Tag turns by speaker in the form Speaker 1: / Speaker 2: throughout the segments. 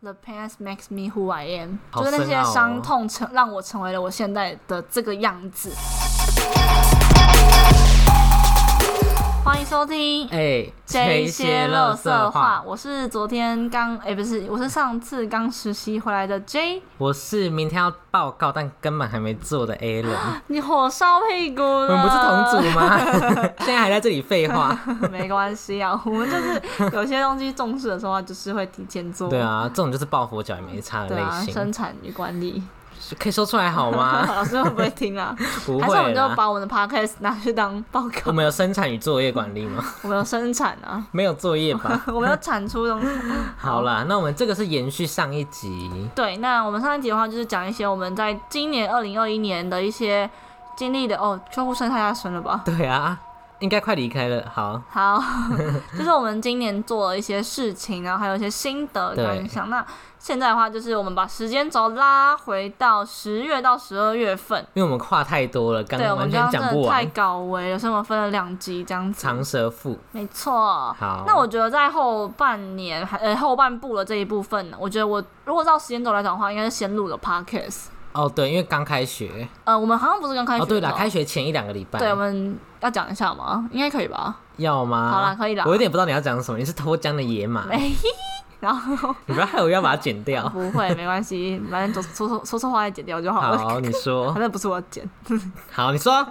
Speaker 1: The past makes me who I am，、
Speaker 2: 好
Speaker 1: 就是那
Speaker 2: 深
Speaker 1: 些
Speaker 2: 奥哦
Speaker 1: 伤痛成让我成为了我现在的这个样子。欢迎收听
Speaker 2: 哎、
Speaker 1: 这些乐色
Speaker 2: 色
Speaker 1: 话，，我是昨天刚哎、不是，我是上次刚实习回来的 J，
Speaker 2: 我是明天要报告但根本还没做的 A 人，
Speaker 1: 你火烧屁股
Speaker 2: 我
Speaker 1: 了，
Speaker 2: 们不是同组吗？ 现在还在这里废话。
Speaker 1: 没关系啊，我 们就是有些东西重视的时候，就是会提前做。
Speaker 2: 对，啊，这种就是抱佛脚也没差的
Speaker 1: 对
Speaker 2: 类
Speaker 1: 啊，
Speaker 2: 型，
Speaker 1: 生产与管理，
Speaker 2: 可以说出来好吗？
Speaker 1: 老师会不会听啊？
Speaker 2: 不
Speaker 1: 还是我
Speaker 2: 会
Speaker 1: 们就
Speaker 2: 啦。
Speaker 1: 把我们的 podcast 拿去当报告？
Speaker 2: 我们有生产与作业管理吗？
Speaker 1: 我们有生产啊，
Speaker 2: 没有作业吧？
Speaker 1: 我们有产出东西。
Speaker 2: 好啦，那我们这个是延续上一集，
Speaker 1: 对，那我们上一集的话就是讲一些我们在今年二零二一年的一些经历的哦，秋呼声太大声了吧？
Speaker 2: 对啊，应该快离开了。好，
Speaker 1: 好， 就是我们今年做了一些事情，然后还有一些心得
Speaker 2: 对
Speaker 1: 感想。那现在的话，就是我们把时间轴拉回到十月到十二月份，
Speaker 2: 因为我们话太多了，刚
Speaker 1: 对
Speaker 2: 刚
Speaker 1: 我
Speaker 2: 完
Speaker 1: 们
Speaker 2: 全
Speaker 1: 刚
Speaker 2: 讲
Speaker 1: 刚
Speaker 2: 不
Speaker 1: 真的太
Speaker 2: 完。
Speaker 1: 搞维了，所以我们分了两集这样子。
Speaker 2: 长舌妇，
Speaker 1: 没错。
Speaker 2: 好，
Speaker 1: 那我觉得在后半年还呃后半部的这一部分呢，我觉得我如果照时间轴来讲的话，应该是先录了 podcast。
Speaker 2: 哦对，因为刚开学，
Speaker 1: 呃，我们好像不是刚开学、
Speaker 2: 哦对啦，
Speaker 1: 了，
Speaker 2: 开学前一两个礼拜，
Speaker 1: 对，我们要讲一下吗？应该可以吧？
Speaker 2: 要吗？
Speaker 1: 好啦，可以啦
Speaker 2: 我。有点不知道你要讲什么，你是脱缰的野马，
Speaker 1: 哎， 然后
Speaker 2: 你不要害我要把它剪掉。
Speaker 1: 不会，没关系，反正说说说错话也剪掉就 好了。
Speaker 2: 好，你
Speaker 1: 反
Speaker 2: 说，
Speaker 1: 正不是我剪。
Speaker 2: 好，你说，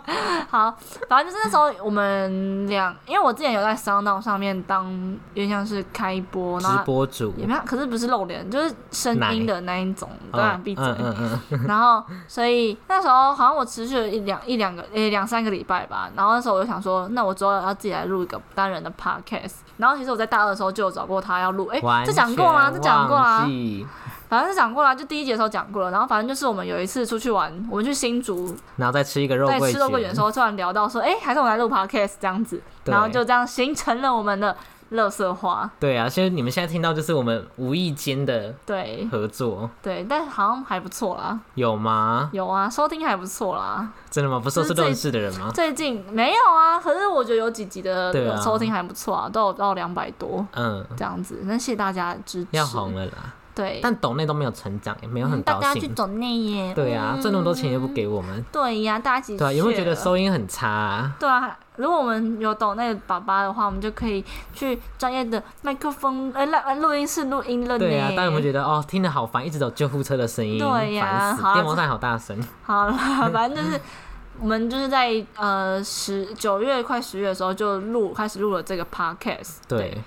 Speaker 1: 好，反正就是那时候我们俩，因为我之前有在 SoundOn 上面当，有点像是开播，然
Speaker 2: 直
Speaker 1: 后
Speaker 2: 播主，
Speaker 1: 也没有，可是不是露脸，就是声音的那一种，对
Speaker 2: 哦
Speaker 1: 吧？闭嘴。
Speaker 2: 嗯嗯嗯，
Speaker 1: 然后，所以那时候好像我持续了一两一两个诶两三个礼拜吧。然后那时候我就想说，那我之后要自己来录一个单人的 podcast。然后其实我在大二的时候就有找过他要录，诶，
Speaker 2: 完
Speaker 1: 这讲过啦，
Speaker 2: 全
Speaker 1: 这讲过啊啦
Speaker 2: 忘，记
Speaker 1: 反正是讲过啦，就第一节的时候讲过了。然后反正就是我们有一次出去玩，我们去新竹，
Speaker 2: 然后再吃一个肉
Speaker 1: 在
Speaker 2: 桂
Speaker 1: 吃肉桂卷的时候突然聊到说，诶，还是我们来录 podcast 这样子。
Speaker 2: 对
Speaker 1: 然后就这样形成了我们的乐色花。
Speaker 2: 对啊，所以你们现在听到就是我们无意间的
Speaker 1: 对
Speaker 2: 合作，
Speaker 1: 对，但好像还不错啦，
Speaker 2: 有吗？
Speaker 1: 有啊，收听还不错啦。
Speaker 2: 真的吗？不是都是
Speaker 1: 就是这
Speaker 2: 认识的人吗？
Speaker 1: 最近没有啊，可是我觉得有几集的
Speaker 2: 对啊
Speaker 1: 收听还不错啊，都有到两百多
Speaker 2: 嗯，
Speaker 1: 这样子。那谢谢大家的支持。
Speaker 2: 要红了啦，
Speaker 1: 对，
Speaker 2: 但抖内都没有成长，也没有很
Speaker 1: 嗯大
Speaker 2: 高
Speaker 1: 家去
Speaker 2: 兴。
Speaker 1: 走内耶。
Speaker 2: 对啊，
Speaker 1: 嗯
Speaker 2: 赚那么多钱也不。给我们，
Speaker 1: 对呀、大家一起。
Speaker 2: 对啊，有没有觉得？收音很差啊？
Speaker 1: 对啊，如果我们有抖那个爸爸的话，我们就可以去专业的麦克风呃录呃录音室录音了呢。
Speaker 2: 对啊，但我们觉得哦，听得好烦，一直走救护车的声音，
Speaker 1: 对呀
Speaker 2: 烦死，
Speaker 1: 好啊
Speaker 2: 电风扇好大声。
Speaker 1: 好了， 反正就是我们就是在呃十九月快十月的时候就录开始录了这个 podcast。
Speaker 2: 对，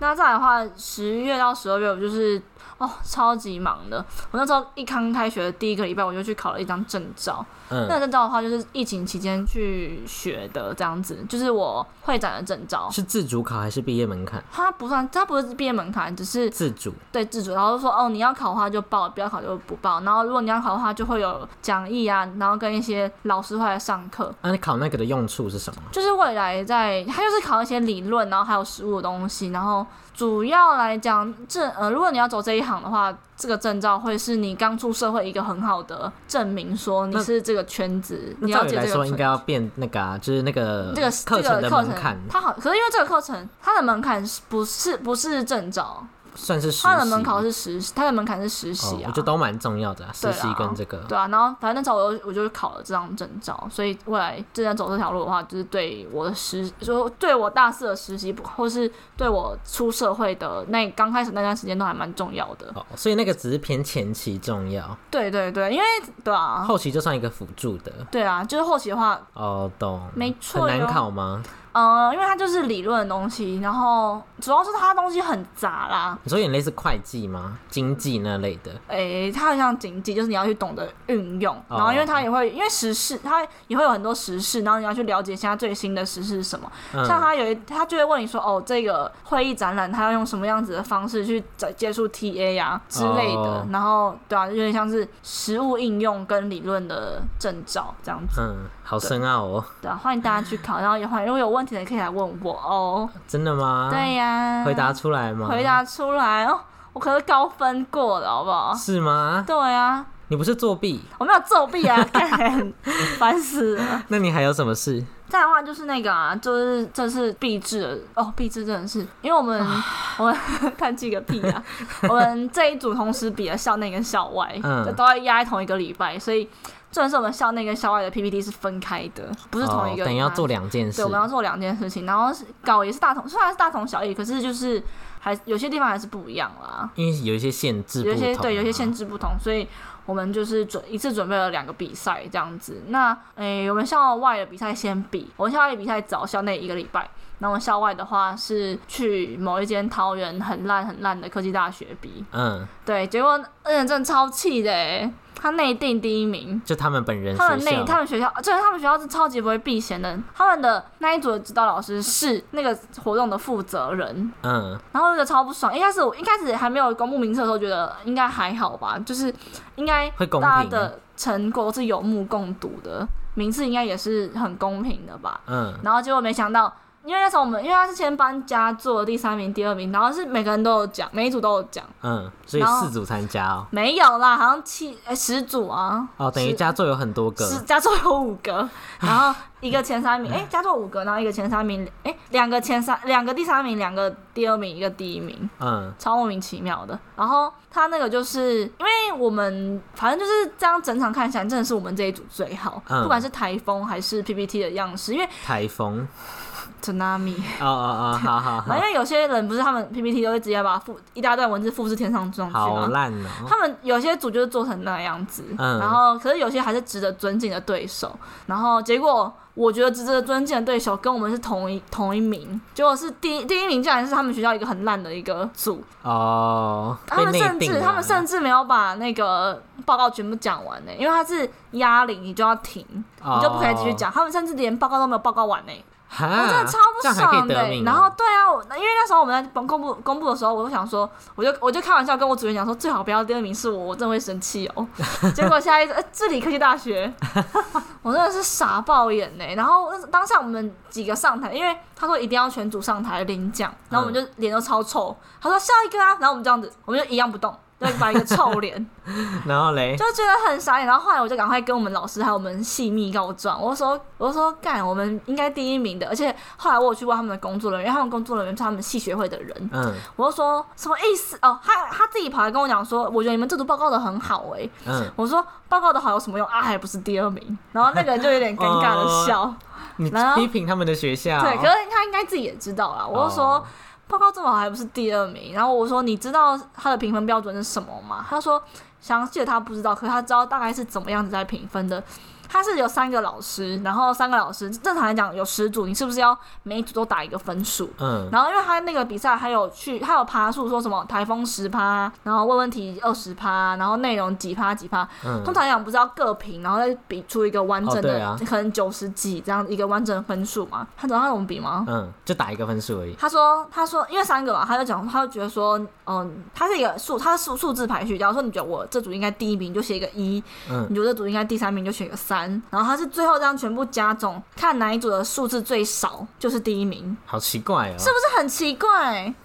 Speaker 1: 那再来的话，十月到十二月，我就是哦超级忙的。我那时候一刚开学的第一个礼拜，我就去考了一张证照。那
Speaker 2: 嗯，
Speaker 1: 个证照的话，就是疫情期间去学的，这样子，就是我会展的证照。
Speaker 2: 是自主考还是毕业门槛？
Speaker 1: 它不算，它不是毕业门槛，只是
Speaker 2: 自主
Speaker 1: 对自主。然后就说哦，你要考的话就报，不要考就不报。然后如果你要考的话，就会有讲义啊，然后跟一些老师会来上课。
Speaker 2: 那、啊你考那个的用处是什么？
Speaker 1: 就是未来在，它就是考一些理论，然后还有实物的东西，然后主要来讲证，呃，如果你要走这一行的话，这个证照会是你刚出社会一个很好的证明，说你
Speaker 2: 那
Speaker 1: 是这个圈子，
Speaker 2: 那
Speaker 1: 你
Speaker 2: 照
Speaker 1: 了
Speaker 2: 理
Speaker 1: 解
Speaker 2: 来
Speaker 1: 这
Speaker 2: 说，
Speaker 1: 个
Speaker 2: 应
Speaker 1: 圈
Speaker 2: 该。要变那个、啊，就是那个
Speaker 1: 这个
Speaker 2: 课程
Speaker 1: 这
Speaker 2: 的
Speaker 1: 个课
Speaker 2: 门
Speaker 1: 程
Speaker 2: 槛，，
Speaker 1: 它好，可是因为这个课程它的门槛是不是不是证照，
Speaker 2: 算是实习。
Speaker 1: 它的门槛是实，它的门槛是实习
Speaker 2: 哦
Speaker 1: 啊。
Speaker 2: 我觉得都蛮重要的、啊，实
Speaker 1: 对啊
Speaker 2: 习跟这个。
Speaker 1: 对啊，然后反正那时候我就我就考了这张证照，所以未来正在走这条路的话，就是对我的实，说对我大四的实习，或是对我出社会的那刚开始那段时间都还蛮重要的。
Speaker 2: 哦，所以那个只是偏前期重要，
Speaker 1: 对对对，因为对啊，
Speaker 2: 后期就算一个辅助的。
Speaker 1: 对啊，就是后期的话，
Speaker 2: 哦，懂。
Speaker 1: 没错
Speaker 2: 很
Speaker 1: 哟
Speaker 2: 难考吗？
Speaker 1: 嗯、因为它就是理论的东西，然后主要是它东西很杂啦。
Speaker 2: 你说有点类似会计吗？经济那类的。
Speaker 1: 诶，它很像经济，就是你要去懂得运用，
Speaker 2: 哦
Speaker 1: 然后因为它也会，因为时事，它也会有很多时事，然后你要去了解现在最新的时事是什么。像
Speaker 2: 嗯，
Speaker 1: 他有一，他就会问你说，哦，这个会议展览他要用什么样子的方式去接接触 TA 呀、之类的，
Speaker 2: 哦
Speaker 1: 然后对啊，有点像是实物应用跟理论的证照这样子，
Speaker 2: 嗯，好深奥哦。
Speaker 1: 对啊，欢迎大家去考，然后也欢迎如果有问题的可以来问我哦，
Speaker 2: 真的吗？
Speaker 1: 对呀、
Speaker 2: 嗯回答出来吗？
Speaker 1: 回答出来哦，我可是高分过的好不好？
Speaker 2: 是吗？
Speaker 1: 对啊，
Speaker 2: 你不是作弊，
Speaker 1: 我没有作弊啊， 干烦死了。
Speaker 2: 那你还有什么事？
Speaker 1: 再的话就是那个啊，就是这是必制的哦，必制真的是，因为我们
Speaker 2: 啊
Speaker 1: 我们叹气个屁 啊！我们这一组同时比了校内跟校外，
Speaker 2: 嗯
Speaker 1: 就都要压在同一个礼拜，所以重点是我们校内跟校外的 PPT 是分开的，不是同一个。
Speaker 2: 哦、等于要做两件事
Speaker 1: 对，我。们要做两件事情，然后是稿也是大同，虽然是大同小异，可是就是还有些地方还是不一样啦，
Speaker 2: 因为有一些限制不
Speaker 1: 有
Speaker 2: 同啊，
Speaker 1: 些对有些限制不同，所以我们就是准一次准备了两个比赛这样子。那诶、我们校外的比赛先比，我们校外比赛早校内一个礼拜，那我们校外的话是去某一间桃园很烂很烂的科技大学比，
Speaker 2: 嗯，
Speaker 1: 对，结果二人真的超气的、欸，他内定第一名，
Speaker 2: 就他们本人
Speaker 1: 他们
Speaker 2: 学
Speaker 1: 那
Speaker 2: 校，
Speaker 1: 他们学校，就是他们学校是超级不会避嫌的。他们的那一组的指导老师是那个活动的负责人，
Speaker 2: 嗯，
Speaker 1: 然后就超不爽。一开始我一开始还没有公布名次的时候，觉得应该还好吧，就是应该
Speaker 2: 会公
Speaker 1: 大家
Speaker 2: 平，
Speaker 1: 的成果是有目共睹的，名次应该也是很公平的吧。
Speaker 2: 嗯，
Speaker 1: 然后结果没想到，因为那时候我们因为他是先搬家做第三名、第二名，然后是每个人都有奖，每一组都有奖，
Speaker 2: 嗯，所以
Speaker 1: 然后
Speaker 2: 四组参加哦，
Speaker 1: 没有啦，好像七、哎十组啊，
Speaker 2: 哦，等于
Speaker 1: 十
Speaker 2: 佳作有很多个，
Speaker 1: 是加州有五个，然后一个前三名，哎、加州五个，然后一个前三名，哎、两个前三，两个第三名，两个第二名，一个第一名，
Speaker 2: 嗯，
Speaker 1: 超莫名其妙的。然后他那个就是因为我们反正就是这样整场看起来，真的是我们这一组最好，
Speaker 2: 嗯
Speaker 1: 不管是台风还是 PPT 的样式，因为
Speaker 2: 台风，
Speaker 1: tsunami，
Speaker 2: 哦哦哦，好好
Speaker 1: 然后因
Speaker 2: 好，
Speaker 1: 为有些人不是他们 PPT 都会直接把复一大段文字复制填上上去
Speaker 2: 好
Speaker 1: 吗？
Speaker 2: 烂哦，
Speaker 1: 他们有些组就是做成那样子，
Speaker 2: 嗯
Speaker 1: 然后可是有些还是值得尊敬的对手，然后结果我觉得值得尊敬的对手跟我们是同一同一名，结果是第一第一名竟然是他们学校一个很烂的一个组，
Speaker 2: 哦，
Speaker 1: 他们
Speaker 2: 被内
Speaker 1: 甚
Speaker 2: 定
Speaker 1: 至
Speaker 2: 了
Speaker 1: 他们甚至没有把那个报告全部讲完呢、因为他是压铃，你就要停，你就不可以继续，讲，他们甚至连报告都没有报告完呢、
Speaker 2: 哦哈
Speaker 1: 我真的超
Speaker 2: 这
Speaker 1: 不
Speaker 2: 样还可以
Speaker 1: 爽的
Speaker 2: 得
Speaker 1: 欸、
Speaker 2: 名哦
Speaker 1: 然后对啊，我因为那时候我们在公公布公布的时候，我就想说，我就我就开玩笑跟我主任讲说，最好不要第二名是我，我真的会生气 哦。结果下一次，呃，治理科技大学， 我真的是傻爆眼呢、然后当下我们几个上台，因为他说一定要全组上台领奖，然后我们就脸都超臭。他说下一个啊，然后我们这样子，我们就一样不动。就摆一个臭脸，
Speaker 2: 然后 嘞，
Speaker 1: 就觉得很傻眼。然后后来我就赶快跟我们老师还有我们系密告状，我说我说干，我们应该第一名的。而且后来我有去问他们的工作人员，因为他们工作人员是他们系学会的人，
Speaker 2: 嗯
Speaker 1: 我就说什么意思？哦，他他自己跑来跟我讲说，我觉得你们这组报告的很好诶、
Speaker 2: 嗯，
Speaker 1: 我说报告的好有什么用啊？还不是第二名。然后那个人就有点尴尬的笑，
Speaker 2: 你
Speaker 1: 然后
Speaker 2: 批评他们的学校，
Speaker 1: 对，可是他应该自己也知道啦。我就说。
Speaker 2: 哦
Speaker 1: 报告这么好，还不是第二名？然后我说：“你知道他的评分标准是什么吗？”他说：“详细的他不知道，可是他知道大概是怎么样子在评分的。他是有三个老师，然后三个老师正常来讲有十组，你是不是要每一组都打一个分数？
Speaker 2: 嗯，
Speaker 1: 然后因为他那个比赛还有去，他有爬树说什么台风十趴，然后问问题二十趴，然后内容几趴几趴。
Speaker 2: 嗯
Speaker 1: 通常来讲不是要各评，然后再比出一个完整
Speaker 2: 哦对
Speaker 1: 的，
Speaker 2: 啊
Speaker 1: 可能九十几这样一个完整的分数嘛？他知道他怎么比吗？
Speaker 2: 嗯，就打一个分数而已，
Speaker 1: 他说，他说，因为三个嘛，他就讲，他就觉得说，嗯，他是一个数，他是数数字排序。假如说你觉得我这组应该第一名，你就写一个一；
Speaker 2: 嗯
Speaker 1: 你觉得这组应该第三名，就写个三。然后他是最后这样全部加总，看哪一组的数字最少就是第一名，
Speaker 2: 好奇怪哦，
Speaker 1: 是不是很奇怪？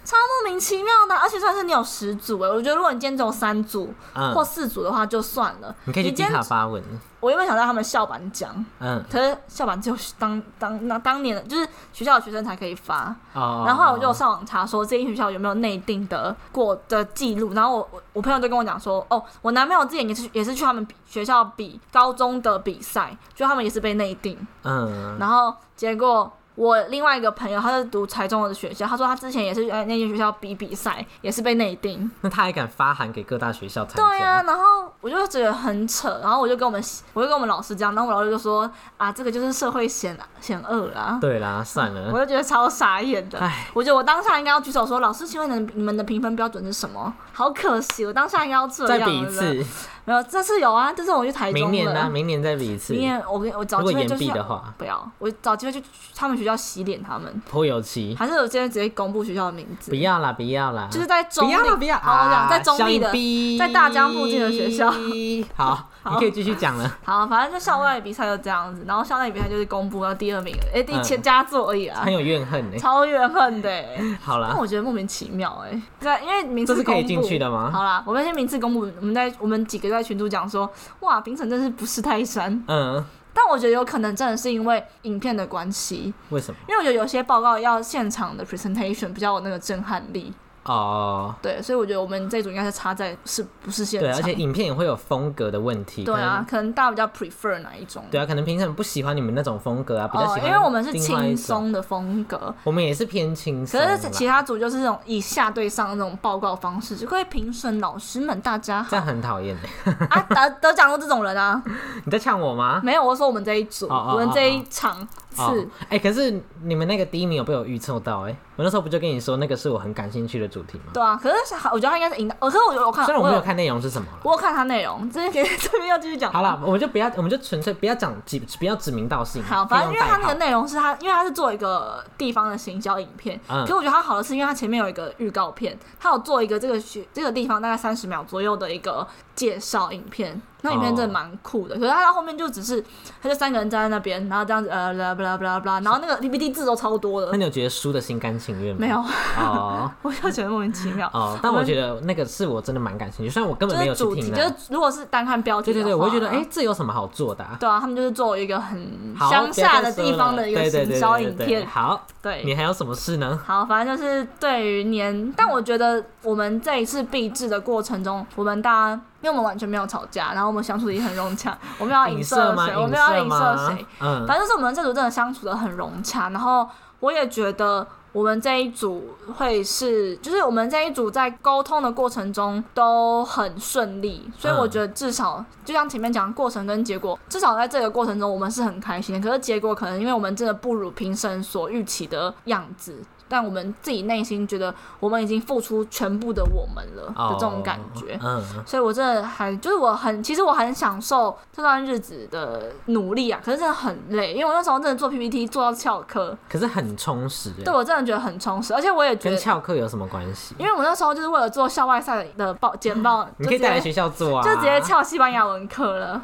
Speaker 1: 超莫名其妙的。而且算是你有十组欸诶、我觉得如果你今天只有三组
Speaker 2: 嗯
Speaker 1: 或，四组的话就算了。
Speaker 2: 你可以去
Speaker 1: 你
Speaker 2: 迪
Speaker 1: 今天
Speaker 2: 卡发文，
Speaker 1: 我原本想让他们校版讲，
Speaker 2: 嗯，
Speaker 1: 可是校版只有当当那当年的，就是学校的学生才可以发。
Speaker 2: 哦，
Speaker 1: 然后后来我就上网查说这间学校有没有内定的过的记录，然后我我我朋友就跟我讲说，哦，我男朋友之前也是也是去他们比学校比高中的比赛，就他们也是被内定，
Speaker 2: 嗯，
Speaker 1: 然后结果。我另外一个朋友，他是读台中的学校，他说他之前也是在那间学校比比赛，也是被内定。
Speaker 2: 那他还敢发函给各大学校参加？
Speaker 1: 对啊，然后我就觉得很扯，然后我就跟我们我就跟我们老师讲，然后我老师就说啊，这个就是社会险险恶啊啦。
Speaker 2: 对啦，算
Speaker 1: 我
Speaker 2: 了，
Speaker 1: 就觉得超傻眼的
Speaker 2: 唉。
Speaker 1: 我觉得我当下应该要举手说：“老师，请问你们你们的评分标准是什么？”好可惜，我当下应该要这
Speaker 2: 再
Speaker 1: 样
Speaker 2: 比一
Speaker 1: 了。
Speaker 2: 次，
Speaker 1: 没有，这次有啊，这次我去台中了。
Speaker 2: 明年呢？明年再比一次
Speaker 1: 明，年我跟我找
Speaker 2: 如果
Speaker 1: 机会
Speaker 2: 延
Speaker 1: 就
Speaker 2: 毕
Speaker 1: 去
Speaker 2: 的话，
Speaker 1: 不要，我找机会就去他们学校洗脸他们，
Speaker 2: 颇有期。
Speaker 1: 还是我今天直接公布学校的名字
Speaker 2: 不，要啦，不要啦，
Speaker 1: 就是在中
Speaker 2: 不要啦，
Speaker 1: 立
Speaker 2: 不要
Speaker 1: 好我讲
Speaker 2: 啊！
Speaker 1: 在中
Speaker 2: 小
Speaker 1: 立
Speaker 2: 影
Speaker 1: 的
Speaker 2: 逼
Speaker 1: 在大江附近的学校。
Speaker 2: 好，你可以继续讲了。
Speaker 1: 好，反正就校外比赛就这样子，然后校内比赛就是公布了第二名，哎、第
Speaker 2: 嗯
Speaker 1: 前佳作而已啊
Speaker 2: 很，有怨恨呢、
Speaker 1: 超怨恨的、欸。
Speaker 2: 好
Speaker 1: 但
Speaker 2: 啦，
Speaker 1: 我觉得莫名其妙哎、对，因为名
Speaker 2: 这
Speaker 1: 次
Speaker 2: 是可以
Speaker 1: 公
Speaker 2: 进
Speaker 1: 布
Speaker 2: 去的吗？
Speaker 1: 好啦，我们先名次公布，我们在我们几个在群组讲说，哇，评审真是不识泰山。
Speaker 2: 嗯，
Speaker 1: 但我觉得有可能真的是因为影片的关系，
Speaker 2: 为什么？
Speaker 1: 因为我觉得有些报告要现场的 presentation 比较有那个震撼力，
Speaker 2: 哦，
Speaker 1: 对，所以我觉得我们这组应该是差在是不是现
Speaker 2: 对，
Speaker 1: 场，
Speaker 2: 而且影片也会有风格的问题。
Speaker 1: 对啊
Speaker 2: 可
Speaker 1: 可
Speaker 2: 能，，
Speaker 1: 能大家比较 prefer 哪一种，
Speaker 2: 对啊，可能评审不喜欢你们那种风格啊，比较
Speaker 1: 哦，
Speaker 2: 喜欢、
Speaker 1: 因为我们是轻，松的风格，
Speaker 2: 我们也是偏轻松啦。
Speaker 1: 可是其他组就是那种以下对上的那种报告方式，就会评审老师们大家
Speaker 2: 这
Speaker 1: 好
Speaker 2: 样很讨厌欸
Speaker 1: 啊，得得奖过这种人啊，
Speaker 2: 你在呛我吗？
Speaker 1: 没有，我说我们这一组，
Speaker 2: 哦哦
Speaker 1: 我们这一场次，
Speaker 2: 哦，哎、可是你们那个第一名有被我预测到哎、我那时候不就跟你说那个是我很感兴趣的主题吗？
Speaker 1: 对啊，可是我觉得他应该是赢的，哦可是我有我看
Speaker 2: 虽然我
Speaker 1: 我
Speaker 2: 没有
Speaker 1: 有
Speaker 2: 看内容是什么了。
Speaker 1: 我有看他内容， 这边这边要继续讲吗。
Speaker 2: 好了，我们就不要，我们就纯粹不要讲指，不要指名道姓。
Speaker 1: 好，反正因
Speaker 2: 可以
Speaker 1: 为
Speaker 2: 用
Speaker 1: 它那
Speaker 2: 代号
Speaker 1: 个内容是它，因为它是做一个地方的行销影片，
Speaker 2: 嗯
Speaker 1: 可是我觉得它好的是，因为它前面有一个预告片，它有做一个这个学这个地方大概三十秒左右的一个介绍影片，那影片真的蛮酷
Speaker 2: 哦
Speaker 1: 的。可是它到后面就只是，它就三个人站在那边，然后这样子呃啦啦啦啦啦，然后那个 PPT 字都超多
Speaker 2: 那
Speaker 1: 的，
Speaker 2: 你有觉得输的心甘情愿吗？
Speaker 1: 没有，
Speaker 2: 哦
Speaker 1: 我就觉得莫名其妙。
Speaker 2: 哦，但我觉得那个是我真的蛮感兴趣，虽然我根
Speaker 1: 就
Speaker 2: 本没有
Speaker 1: 是
Speaker 2: 去
Speaker 1: 主题，
Speaker 2: 听
Speaker 1: 就
Speaker 2: 啊。
Speaker 1: 是啊如果是单看标题
Speaker 2: 对
Speaker 1: 的
Speaker 2: 对
Speaker 1: 话，
Speaker 2: 对，我会觉得哎、诶这有什么好做的、啊？
Speaker 1: 对啊，他们就是做一个很
Speaker 2: 好，
Speaker 1: 乡下的
Speaker 2: 不要再说
Speaker 1: 地方的
Speaker 2: 了
Speaker 1: 一个
Speaker 2: 对对
Speaker 1: 行
Speaker 2: 对
Speaker 1: 销
Speaker 2: 对
Speaker 1: 影
Speaker 2: 对
Speaker 1: 片，
Speaker 2: 好，
Speaker 1: 对
Speaker 2: 你还有什么事呢？
Speaker 1: 好，反正就是对于年，但我觉得我们这一次闭制的过程中，我们大家，因为我们完全没有吵架，然后我们相处得也很融洽，我们要影
Speaker 2: 射
Speaker 1: 射
Speaker 2: 吗？
Speaker 1: 谁，我
Speaker 2: 影
Speaker 1: 们要
Speaker 2: 射
Speaker 1: 影射
Speaker 2: 吗
Speaker 1: 谁，？
Speaker 2: 嗯，
Speaker 1: 反正是我们这组真的相处的很融洽，然后我也觉得。我们这一组会是，就是我们这一组在沟通的过程中都很顺利，所以我觉得至少、就像前面讲的过程跟结果，至少在这个过程中我们是很开心的。可是结果可能因为我们真的不如评审所预期的样子，但我们自己内心觉得我们已经付出全部的我们了的这种感觉。
Speaker 2: 哦嗯，
Speaker 1: 所以我真的还就是我很，其实我很享受这段日子的努力啊，可是真的很累，因为我那时候真的做 PPT 做到翘课，
Speaker 2: 可是很充实欸，
Speaker 1: 对我真的觉得很充实，而且我也觉
Speaker 2: 跟
Speaker 1: 得，
Speaker 2: 翘课有什么关系？
Speaker 1: 因为我那时候就是为了做校外赛的报简报，
Speaker 2: 你
Speaker 1: 就
Speaker 2: 可以
Speaker 1: 直
Speaker 2: 带来
Speaker 1: 接
Speaker 2: 学校做啊，
Speaker 1: 就直接，翘西班牙文课了，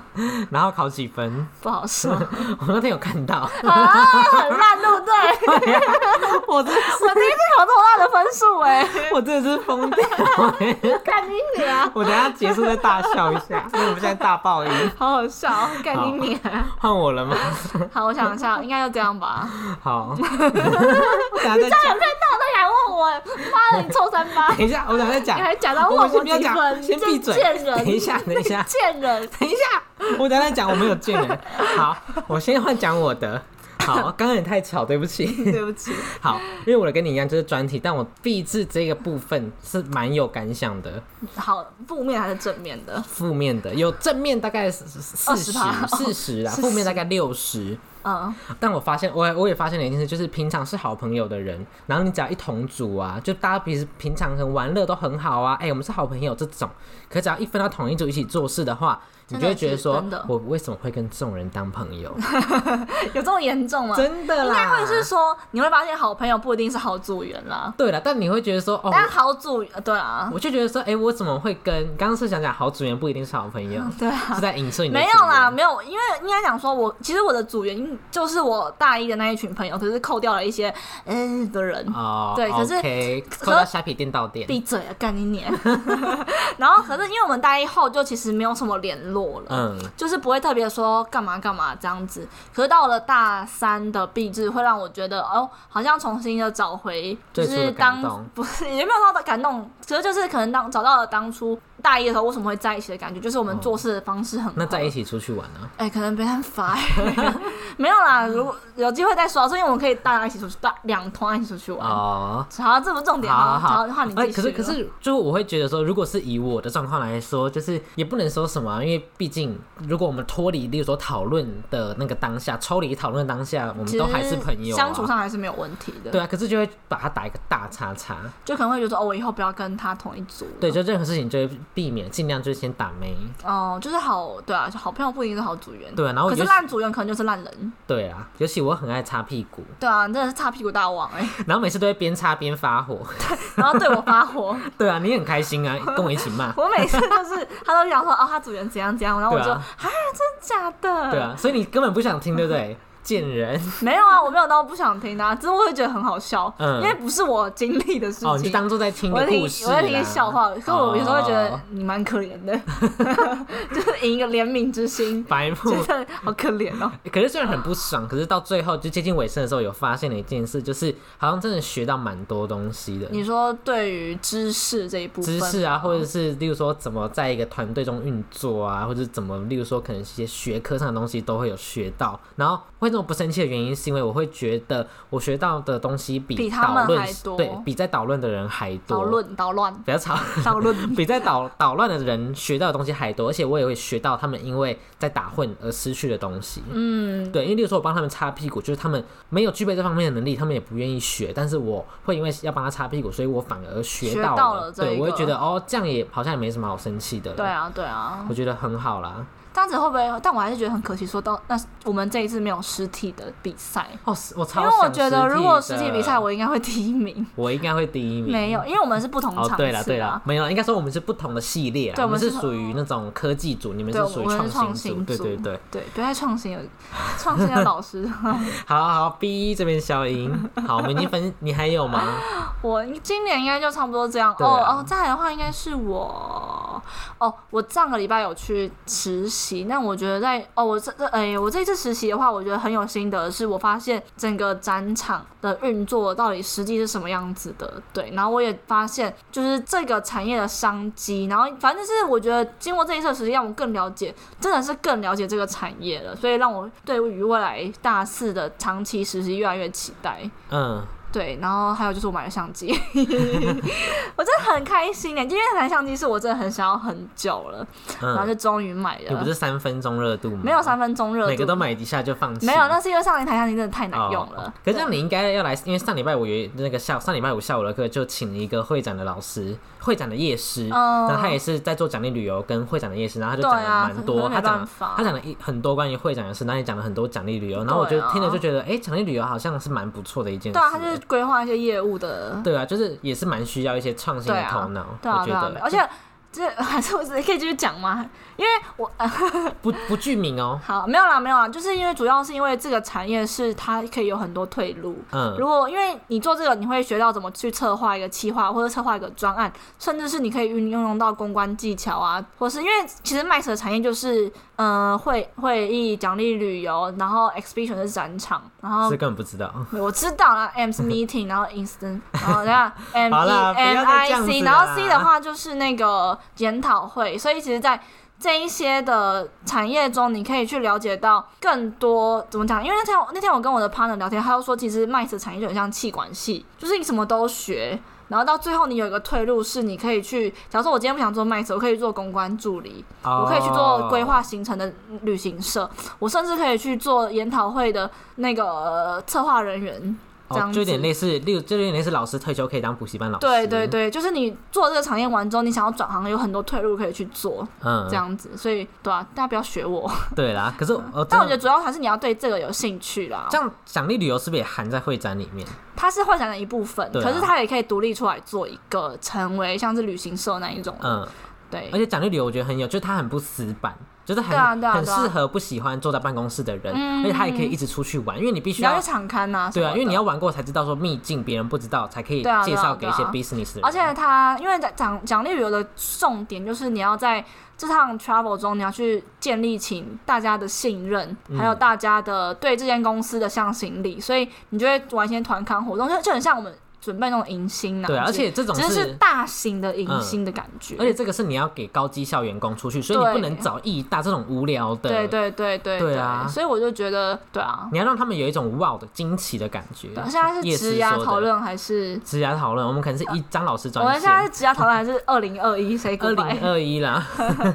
Speaker 2: 然后考几分？
Speaker 1: 不好说
Speaker 2: 我那天有看 到，
Speaker 1: 啊，很烂，对不对？我
Speaker 2: 我真
Speaker 1: 第一次考这么烂的分数、 哎，
Speaker 2: 我真的是疯掉欸，
Speaker 1: 干你娘！
Speaker 2: 我等一下结束再大笑一下，因为我们现在大爆音，
Speaker 1: 好好笑哦，干你娘！
Speaker 2: 换我了吗？
Speaker 1: 好，我想一下，应该就这样吧。哎
Speaker 2: 好， 我等一下再讲。
Speaker 1: 那你还问我，妈的，你臭三八！
Speaker 2: 等一下，我等一下再讲。
Speaker 1: 你还假装
Speaker 2: 我
Speaker 1: 问
Speaker 2: 们先
Speaker 1: 我
Speaker 2: 不要
Speaker 1: 几
Speaker 2: 讲，
Speaker 1: 分？
Speaker 2: 先闭嘴。
Speaker 1: 贱人！
Speaker 2: 等一下，等一下，
Speaker 1: 贱人！
Speaker 2: 等一下，我等一下再讲，我没有见人。好，我先换讲我的。好，刚刚也太吵，对不 起。
Speaker 1: 对不起，
Speaker 2: 好，因为我的跟你一样就是专题，但我毕制这个部分是蛮有感想的，
Speaker 1: 好，负面还是正面的？
Speaker 2: 负面的有正面大概四十
Speaker 1: 20%
Speaker 2: 四十啦，
Speaker 1: 40
Speaker 2: 负面大概六十。
Speaker 1: 嗯，
Speaker 2: 但我发现，我也我也发现了一件事，就是平常是好朋友的人，然后你只要一同组啊，就大家平时平常很玩乐都很好啊，哎、我们是好朋友这种，可只要一分到同一组一起做事的话，你就会觉得说
Speaker 1: 真的是真的，
Speaker 2: 我为什么会跟这种人当朋 友？
Speaker 1: 有这么严重吗？
Speaker 2: 真的
Speaker 1: 应该
Speaker 2: 啦，
Speaker 1: 会是说，你会发现好朋友不一定是好组员啦，
Speaker 2: 对了，但你会觉得说，哦，
Speaker 1: 但好组呃对啊，
Speaker 2: 我就觉得说，哎、我怎么会跟？刚刚是想讲好组员不一定是好朋 友，
Speaker 1: 对啊。
Speaker 2: 是在影射你的
Speaker 1: 没有
Speaker 2: 组员
Speaker 1: 啦，，没有，因为应该讲说我，其实我的组员就是我大一的那一群朋友，可是扣掉了一些嗯的人，
Speaker 2: 哦，
Speaker 1: 对可是
Speaker 2: OK，
Speaker 1: 可
Speaker 2: 扣到虾皮店到店，
Speaker 1: 闭嘴啊，干你娘！ 然后可是因为我们大一后就其实没有什么联络了，
Speaker 2: 嗯，
Speaker 1: 就是不会特别说干嘛干嘛这样子。可是到了大三的毕制，会让我觉得哦，好像重新的找回，就
Speaker 2: 最初的
Speaker 1: 是
Speaker 2: 感
Speaker 1: 当
Speaker 2: 动
Speaker 1: 不是也没有到感动，可是就是可能当找到了当初大一的时候为什么会在一起的感觉，就是我们做事的方式很、
Speaker 2: 那在一
Speaker 1: 起。
Speaker 2: 起出去玩啊？
Speaker 1: 哎、可能没办法、没有啦。如果有机会再说，所以我们可以大家一起出去，大两团一起出去玩。
Speaker 2: 哦，
Speaker 1: 好，这不是重点哦
Speaker 2: 好好
Speaker 1: 好，好你
Speaker 2: 哎
Speaker 1: 自己。
Speaker 2: 可是可，是，就我会觉得说，如果是以我的状况来说，就是也不能说什么啊、因为毕竟如果我们脱离，例如说讨论的那个当下，抽离讨论当下，我们
Speaker 1: 其
Speaker 2: 都
Speaker 1: 实
Speaker 2: 还是朋友、啊，
Speaker 1: 相处上还是没有问题的。
Speaker 2: 对啊，可是就会把它打一个大叉叉，
Speaker 1: 就可能会觉得说哦，我以后不要跟他同一组了。
Speaker 2: 对，就任何事情就会避免尽量就是先打没。
Speaker 1: 哦、就是好，对啊，就好朋友不一定是好组员，
Speaker 2: 对，啊然后我
Speaker 1: 可
Speaker 2: 就是
Speaker 1: 烂组员可能就是烂人，
Speaker 2: 对啊，尤其我很爱擦屁股，
Speaker 1: 对啊，你真的是擦屁股大王哎、
Speaker 2: 然后每次都会边擦边发火。
Speaker 1: 然后对我发火，
Speaker 2: 对啊，你很开心啊，跟我一起 骂。
Speaker 1: 我每次就是他都讲说哦，他组员怎样怎样，然后我就
Speaker 2: 对
Speaker 1: 啊
Speaker 2: 啊
Speaker 1: 真假的，
Speaker 2: 对啊，所以你根本不想听，对不对？贱人
Speaker 1: 没有啊，我没有到不想听的、啊，只是我会觉得很好笑，
Speaker 2: 嗯
Speaker 1: 因为不是我经历的事情。
Speaker 2: 哦，你就当做在听
Speaker 1: 我会
Speaker 2: 个
Speaker 1: 听，
Speaker 2: 故事
Speaker 1: 我会听
Speaker 2: 啦
Speaker 1: 笑话，可我有时候会觉得
Speaker 2: 哦
Speaker 1: 你蛮可怜的， 就是赢一个怜悯之心，
Speaker 2: 白 目
Speaker 1: 觉得好可怜哦。
Speaker 2: 可是虽然很不爽，可是到最后就接近尾声的时候，有发现了一件事，就是好像真的学到蛮多东西的。
Speaker 1: 你说对于知识这一部分哦
Speaker 2: 知
Speaker 1: 吗，
Speaker 2: 识啊， 或者是例如说怎么在一个团队中运作啊，或者是怎么，例如说可能一些学科上的东西都会有学到。然后会这么不生气的原因，是因为我会觉得我学到的东西
Speaker 1: 比
Speaker 2: 比
Speaker 1: 他们
Speaker 2: 导论
Speaker 1: 还多
Speaker 2: 对比在导论的人还多。
Speaker 1: 捣乱、捣 乱、
Speaker 2: 不要吵，，
Speaker 1: 捣乱
Speaker 2: 比在 捣捣乱的人学到的东西还多，而且我也会学到他们因为在打混而失去的东西。
Speaker 1: 嗯，
Speaker 2: 对，因为例如说我帮他们擦屁股，就是他们没有具备这方面的能力，他们也不愿意学，但是我会因为要帮他擦屁股，所以我反而
Speaker 1: 学
Speaker 2: 学到
Speaker 1: 到
Speaker 2: 了。
Speaker 1: 了这
Speaker 2: 对，
Speaker 1: 一
Speaker 2: 我会
Speaker 1: 个
Speaker 2: 觉得哦，这样也好像也没什么好生气的了。
Speaker 1: 对啊，对啊
Speaker 2: 我，觉得很好啦。
Speaker 1: 这样子会不会？但我还是觉得很可惜，说到那我们这一次没有实体的比赛，
Speaker 2: 哦，是我超
Speaker 1: 因为我
Speaker 2: 想
Speaker 1: 觉得如果
Speaker 2: 实
Speaker 1: 实
Speaker 2: 的
Speaker 1: 体比赛，我应该会第一 名，
Speaker 2: 我应该会第一名。
Speaker 1: 没有，因为我们是不同场次
Speaker 2: 哦
Speaker 1: 啊，，
Speaker 2: 对了对了，没有啦，应该说我们是不同的系列啦，
Speaker 1: 对
Speaker 2: 我们
Speaker 1: 我们
Speaker 2: 是
Speaker 1: 是
Speaker 2: 属于那种科技组，你们
Speaker 1: 对，
Speaker 2: 是
Speaker 1: 我
Speaker 2: 属于
Speaker 1: 们是
Speaker 2: 创
Speaker 1: 创
Speaker 2: 新
Speaker 1: 组，
Speaker 2: 对对对。
Speaker 1: 对，不要创新了，创新的老师，
Speaker 2: 好好，B 这边消音。好，我们已经分，你还有吗？
Speaker 1: 我今年应该就差不多这样。
Speaker 2: 对啊
Speaker 1: 哦哦，再来的话应该是我，哦，我上个礼拜有去实习，那我觉得在哦，我这这哎，我这一次实习的话，我觉得很有心得，是我发现整个展场的运作到底实际是什么样子的。对，然后我也发现就是这个产业的商机，然后反正就是我觉得经过这一次的实习，让我更了解真的是更了解这个产业了，所以让我对于未来大四的长期实习越来越期待。
Speaker 2: 嗯，
Speaker 1: 对，然后还有就是我买了相机， 我真的很开心呢，因为那台相机是我真的很想要很久了，然后
Speaker 2: 嗯，
Speaker 1: 就终于买
Speaker 2: 你不
Speaker 1: 了，
Speaker 2: 是三分钟热度吗？
Speaker 1: 没有三分钟热度，
Speaker 2: 每个都买一下就放弃。
Speaker 1: 没有，那是因为上一台相机真的太难用了。
Speaker 2: 哦可是这样你应该要来，因为上礼拜我有那个下上礼拜五下午的课就请一个会展的老师，会展的夜师，
Speaker 1: 嗯
Speaker 2: 然后他也是在做奖励旅游跟会展的夜师，然后他就
Speaker 1: 对
Speaker 2: 讲了
Speaker 1: 啊
Speaker 2: 蛮多，
Speaker 1: 可是没
Speaker 2: 他讲
Speaker 1: 办
Speaker 2: 了
Speaker 1: 法
Speaker 2: 他讲了一很多关于会展的事，然后也讲了很多奖励旅游，然后我就
Speaker 1: 对啊
Speaker 2: 听了就觉得，哎，奖励旅游好像是蛮不错的一件事。
Speaker 1: 对啊，他就是规划一些业务的，
Speaker 2: 对啊，就是也是蛮需要一些创新
Speaker 1: 对
Speaker 2: 的
Speaker 1: 啊
Speaker 2: 头脑，
Speaker 1: 对啊
Speaker 2: 我觉
Speaker 1: 对啊，
Speaker 2: 得
Speaker 1: 而且这还是我可以继续讲吗？因为我呃
Speaker 2: 不不具名哦，
Speaker 1: 好没有啦没有啦，就是因为主要是因为这个产业是它可以有很多退路，
Speaker 2: 嗯，
Speaker 1: 如果因为你做这个，你会学到怎么去策划一个企划，或者策划一个专案，甚至是你可以运用到公关技巧啊，或是因为其实 Max 的产业就是，嗯、会会议、奖励旅游，然后 exhibition 是展场，然后
Speaker 2: 这根本不知道。
Speaker 1: 我知道啦，M 是 meeting，然后 instant，然后等下 M
Speaker 2: 好
Speaker 1: E
Speaker 2: 啦不
Speaker 1: M
Speaker 2: 要再
Speaker 1: I
Speaker 2: 这样
Speaker 1: C，
Speaker 2: 子啦
Speaker 1: 然后 C 的话就是那个研讨会，所以其实，在这一些的产业中，你可以去了解到更多怎么讲？因为那天我那天我跟我的 partner 聊天，他就说，其实 m i 的产业就很像气管系，就是你什么都学，然后到最后你有一个退路是你可以去，假如说我今天不想做 m i 我可以做公关助理，我可以去
Speaker 2: 哦
Speaker 1: 做规划行程的旅行社，我甚至可以去做研讨会的那个、呃策划人员。这
Speaker 2: 哦，
Speaker 1: 样
Speaker 2: 就有点
Speaker 1: 子
Speaker 2: 类似，例如就有点类似老师退休可以当补习班老师，
Speaker 1: 对对，对，就是你做这个产业完之后，你想要转行，有很多退路可以去做，
Speaker 2: 嗯，
Speaker 1: 这样子。所以，对啊，大家不要学我。
Speaker 2: 对啦。可是呃，
Speaker 1: 但我觉
Speaker 2: 真的
Speaker 1: 得主要还是你要对这个有兴趣啦
Speaker 2: 这。样奖励旅游是不是也含在会展里面？
Speaker 1: 它是会展的一部分，
Speaker 2: 对啊
Speaker 1: 可是它也可以独立出来做一个，成为像是旅行社那一种。
Speaker 2: 嗯，
Speaker 1: 对
Speaker 2: 而，且奖励旅游我觉得很有，就是它很不死板。就是很、
Speaker 1: 对啊对啊
Speaker 2: 很
Speaker 1: 对啊
Speaker 2: 适合不喜欢坐在办公室的人，
Speaker 1: 嗯
Speaker 2: 而且他也可以一直出去玩，因为你必须
Speaker 1: 你要
Speaker 2: 要
Speaker 1: 去场刊呐、
Speaker 2: 对啊，
Speaker 1: 什么
Speaker 2: 因为
Speaker 1: 的
Speaker 2: 你要玩过才知道说秘境别人不知道，才可以
Speaker 1: 对啊对
Speaker 2: 介
Speaker 1: 啊
Speaker 2: 绍给一些
Speaker 1: 对啊
Speaker 2: business 的人。
Speaker 1: 而且它因为在奖奖励旅游的重点就是你要在这趟 travel 中，你要去建立起大家的信任，还有大家的对这间公司的向心力，所以你就会玩一些团刊活动，就就很像我们准备那种迎新啊。
Speaker 2: 对啊，而
Speaker 1: 只
Speaker 2: 且这种
Speaker 1: 只是是
Speaker 2: 是
Speaker 1: 大型的迎新的感觉。
Speaker 2: 而且这个是你要给高绩效员工出去，所以你
Speaker 1: 对
Speaker 2: 不能找义大这种无聊的，
Speaker 1: 对对对对
Speaker 2: 对啊
Speaker 1: 所以我就觉得，对啊，
Speaker 2: 你要让他们有一种 wow 的惊奇的感觉。
Speaker 1: 对啊现在是
Speaker 2: 夜市
Speaker 1: 职涯
Speaker 2: 说的
Speaker 1: 讨，论还是？
Speaker 2: 职涯讨论，我们可能是一张老师
Speaker 1: 我们
Speaker 2: 专
Speaker 1: 现在是
Speaker 2: 线。
Speaker 1: 职涯讨论还是二零二一？谁
Speaker 2: 二
Speaker 1: 过
Speaker 2: 零
Speaker 1: 来？
Speaker 2: 二一啦，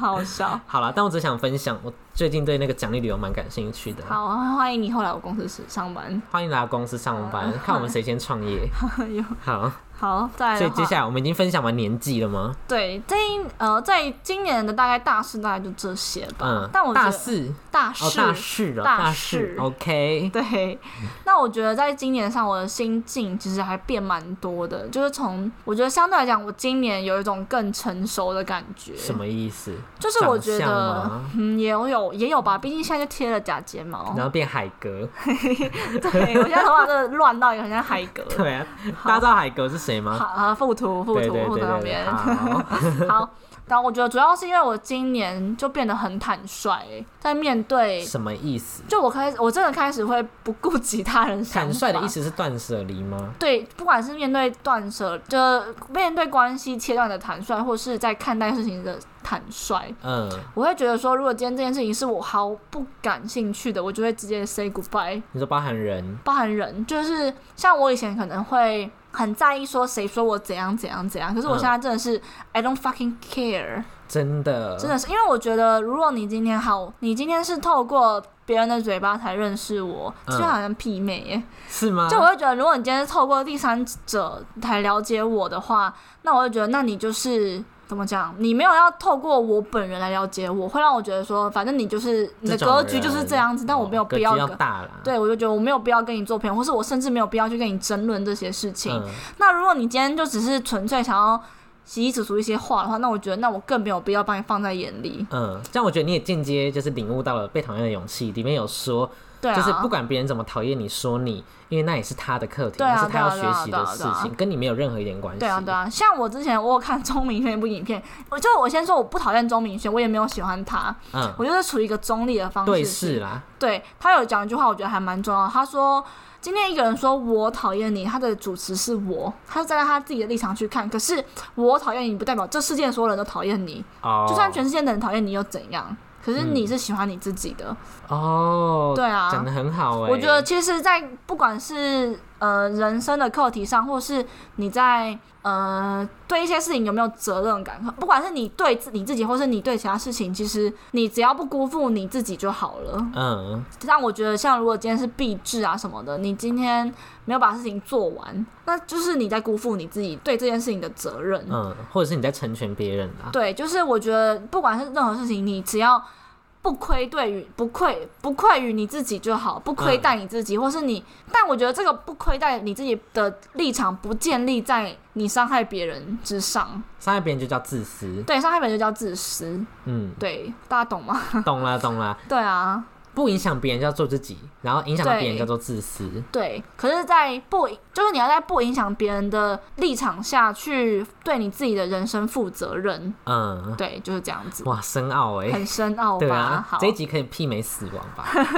Speaker 1: 好笑。
Speaker 2: 好啦，但我只想分享，我最近对那个奖励旅游蛮感兴趣的。
Speaker 1: 好，欢迎你后来我公司上班。
Speaker 2: 欢迎来到公司上班，看我们谁先创业。
Speaker 1: 哎呦，
Speaker 2: 好，
Speaker 1: 好，再来的
Speaker 2: 所以
Speaker 1: 话，
Speaker 2: 接下来我们已经分享完年纪了吗？
Speaker 1: 对，这一呃，在今年的大概大事大概就这些吧。
Speaker 2: 嗯，
Speaker 1: 但我觉
Speaker 2: 大
Speaker 1: 得
Speaker 2: 四
Speaker 1: 大
Speaker 2: 哦，
Speaker 1: 事、
Speaker 2: 大四哦，
Speaker 1: 大
Speaker 2: 大
Speaker 1: 四
Speaker 2: 四，OK，
Speaker 1: 对，那我觉得在今年上，我的心境其实还变蛮多的，就是从我觉得相对来讲，我今年有一种更成熟的感觉。
Speaker 2: 什？么意思？
Speaker 1: 就是我觉
Speaker 2: 长相
Speaker 1: 得
Speaker 2: 吗，
Speaker 1: 嗯，也有也有吧，毕竟现在就贴了假睫毛
Speaker 2: 然。后变海格，
Speaker 1: 对，我现在头发真的乱到一个很像海格。
Speaker 2: 对啊，大家知道海格是谁
Speaker 1: 好
Speaker 2: 吗？
Speaker 1: 啊，附图附
Speaker 2: 对对
Speaker 1: 图附图
Speaker 2: 对
Speaker 1: 那
Speaker 2: 对对，
Speaker 1: 边。
Speaker 2: 好，
Speaker 1: 好，但我觉得主要是因为我今年就变得很坦率、欸在面 对，
Speaker 2: 什么意思？
Speaker 1: 就我开始，我真的开始会不顾及他人想
Speaker 2: 坦率的
Speaker 1: 法
Speaker 2: 意思是断舍离吗？
Speaker 1: 对，不管是面对断舍，就是面对关系切断的坦率，或是在看待事情的坦率，
Speaker 2: 嗯，
Speaker 1: 我会觉得说，如果今天这件事情是我毫不感兴趣的，我就会直接 say goodbye。
Speaker 2: 你说包含人，
Speaker 1: 包含人，就是像我以前可能会很在意说谁说我怎样怎样怎样，可是我
Speaker 2: 嗯
Speaker 1: 现在真的是、I don't fucking care。
Speaker 2: 真的，
Speaker 1: 真的是，因为我觉得，如果你今天好，你今天是透过别人的嘴巴才认识我，
Speaker 2: 嗯
Speaker 1: 就好像媲美耶。
Speaker 2: 是吗？
Speaker 1: 就我会觉得，如果你今天是透过第三者才了解我的话，那我会觉得，那你就是。怎么讲？你没有要透过我本人来了解我，会让我觉得说，反正你就是你的
Speaker 2: 这种
Speaker 1: 格局就是
Speaker 2: 人
Speaker 1: 这样子，但我
Speaker 2: 哦
Speaker 1: 没有
Speaker 2: 格
Speaker 1: 必
Speaker 2: 局
Speaker 1: 要
Speaker 2: 要
Speaker 1: 跟，
Speaker 2: 大啦，
Speaker 1: 对我就觉得我没有必要跟你做朋友，或是我甚至没有必要去跟你争论这些事情。
Speaker 2: 嗯，
Speaker 1: 那如果你今天就只是纯粹想要洗衣指出一些话的话，那我觉得那我更没有必要把你放在眼里。
Speaker 2: 嗯，这样我觉得你也间接就是领悟到了被讨厌的勇气。里面有说，
Speaker 1: 对啊，
Speaker 2: 就是不管别人怎么讨厌你说你，因为那也是他的课题，
Speaker 1: 对啊
Speaker 2: 那是他要
Speaker 1: 对啊
Speaker 2: 学习
Speaker 1: 对
Speaker 2: 的
Speaker 1: 啊
Speaker 2: 事
Speaker 1: 对啊
Speaker 2: 情，跟你没有任何一点关系。
Speaker 1: 对啊对啊，像我之前我有看钟明轩一部影片，我就我先说我不讨厌钟明轩，我也没有喜欢他，
Speaker 2: 嗯，
Speaker 1: 我就是处于一个中立的方式。
Speaker 2: 对视啦，
Speaker 1: 对他有讲一句话，我觉得还蛮重要的。他说，今天一个人说我讨厌你，他的主持是我，他是站在他自己的立场去看。可是我讨厌你，不代表这世界所有人都讨厌你，
Speaker 2: 哦，
Speaker 1: 就算全世界的人讨厌你又怎样？可是你是喜欢你自己的，
Speaker 2: 哦，
Speaker 1: 对啊，
Speaker 2: 讲的很好哎，
Speaker 1: 我觉得其实，在不管是呃人生的课题上，或是你在呃对一些事情有没有责任感，不管是你对自你自己，或是你对其他事情，其实你只要不辜负你自己就好了。
Speaker 2: 嗯，
Speaker 1: 让我觉得，像如果今天是壁纸啊什么的，你今天没有把事情做完，那就是你在辜负你自己对这件事情的责任。啊
Speaker 2: 嗯，或者是你在成全别人啦，
Speaker 1: 对，就是我觉得不管是任何事情，你只要不亏对于不愧不愧于你自己就好，不亏
Speaker 2: 嗯
Speaker 1: 待你自己，或是你，但我觉得这个不亏待你自己的立场不建立在你伤害别人之上，
Speaker 2: 伤害别人就叫自私。
Speaker 1: 对，伤害别人就叫自私，
Speaker 2: 嗯，
Speaker 1: 对，大家懂吗？
Speaker 2: 懂啦懂啦，
Speaker 1: 对啊，
Speaker 2: 不影响别人叫做自己，然后影响到别人
Speaker 1: 对
Speaker 2: 叫做自私。
Speaker 1: 对，可是，在不就是你要在不影响别人的立场下去对你自己的人生负责任，
Speaker 2: 嗯，
Speaker 1: 对，就是这样子。
Speaker 2: 哇，深奥哎。
Speaker 1: 很深奥吧？
Speaker 2: 对啊
Speaker 1: 好，，
Speaker 2: 这一集可以媲美死亡吧？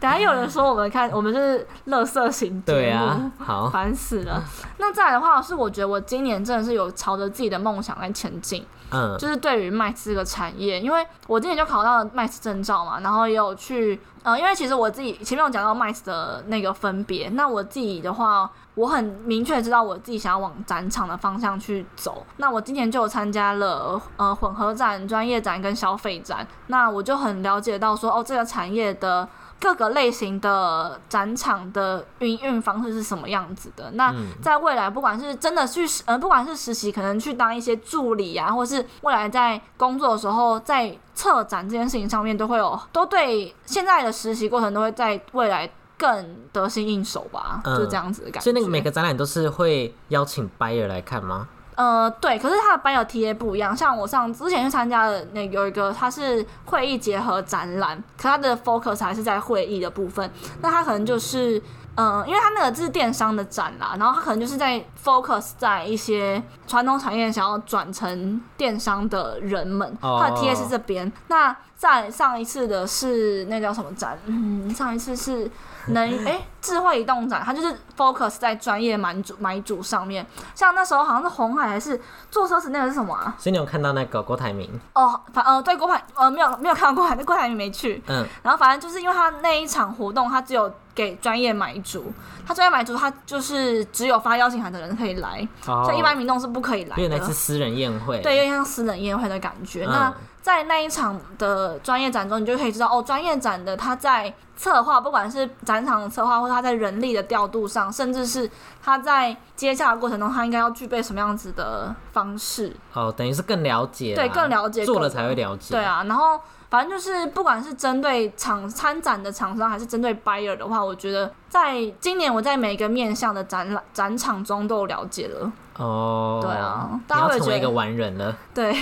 Speaker 1: 等下又有人说我们看我们是乐色型节目
Speaker 2: 对啊，，好，
Speaker 1: 烦死了。那再来的话是，我觉得我今年真的是有朝着自己的梦想在前进，
Speaker 2: 嗯，
Speaker 1: 就是对于麦斯这个产业，因为我今年就考到了麦斯证照嘛，然后也有去，呃，因为其实我自己前面有讲到麦斯的那个分别，那我自己的话，我很明确知道我自己想要往展场的方向去走。那我今年就有参加了呃混合展、专业展跟消费展，那我就很了解到说，哦，这个产业的。各个类型的展场的运运方式是什么样子的？那
Speaker 2: 嗯
Speaker 1: 在未来，不管是真的去实，呃，不管是实习，可能去当一些助理啊，或是未来在工作的时候，在策展这件事情上面，都会有，都对现在的实习过程都会在未来更得心应手吧，
Speaker 2: 嗯
Speaker 1: 就这样子的感觉。
Speaker 2: 所以那个每个展览都是会邀请 buyer 来看吗？
Speaker 1: 呃，对，可是他的班有 TA 不一样，像我上之前去参加的那个有一个，它是会议结合展览，可它的 focus 还是在会议的部分，那它可能就是。嗯，因为它那个是电商的展啦，然后它可能就是在 focus 在一些传统产业想要转成电商的人们，
Speaker 2: 哦
Speaker 1: 它的 TA 是这边。那在上一次的是那叫什么展？嗯，上一次是能哎、智慧移动展，它就是 focus 在专业买主买主上面。像那时候好像是红海还是坐车子那个是什么啊？
Speaker 2: 所以你有看到那个郭台铭，
Speaker 1: 哦，反呃对郭海呃没有没有看到郭海，那郭海明没去。
Speaker 2: 嗯，
Speaker 1: 然后反正就是因为他那一场活动，他只有给专业买主，他专业买主他就是只有发邀请函的人可以来，
Speaker 2: 哦
Speaker 1: 所以一般民众是不可以来
Speaker 2: 有点类
Speaker 1: 的
Speaker 2: 似。私人宴会，
Speaker 1: 对，有点像私人宴会的感觉。
Speaker 2: 嗯
Speaker 1: 那在那一场的专业展中，你就可以知道哦，专业展的他在策划，不管是展场的策划，或者他在人力的调度上，甚至是他在接洽的过程中，他应该要具备什么样子的方式，
Speaker 2: 哦，等于是更了解啦，
Speaker 1: 对，更了解
Speaker 2: 做了
Speaker 1: 更
Speaker 2: 才会了解，
Speaker 1: 对，啊。然后反正就是，不管是针对厂参展的厂商，还是针对 buyer 的话，我觉得在今年我在每个面向的展览展场中都有了解了。
Speaker 2: 哦，
Speaker 1: 对啊
Speaker 2: 你
Speaker 1: 大家
Speaker 2: 要
Speaker 1: 会
Speaker 2: 成为一
Speaker 1: 觉得
Speaker 2: 个完人了，
Speaker 1: 对，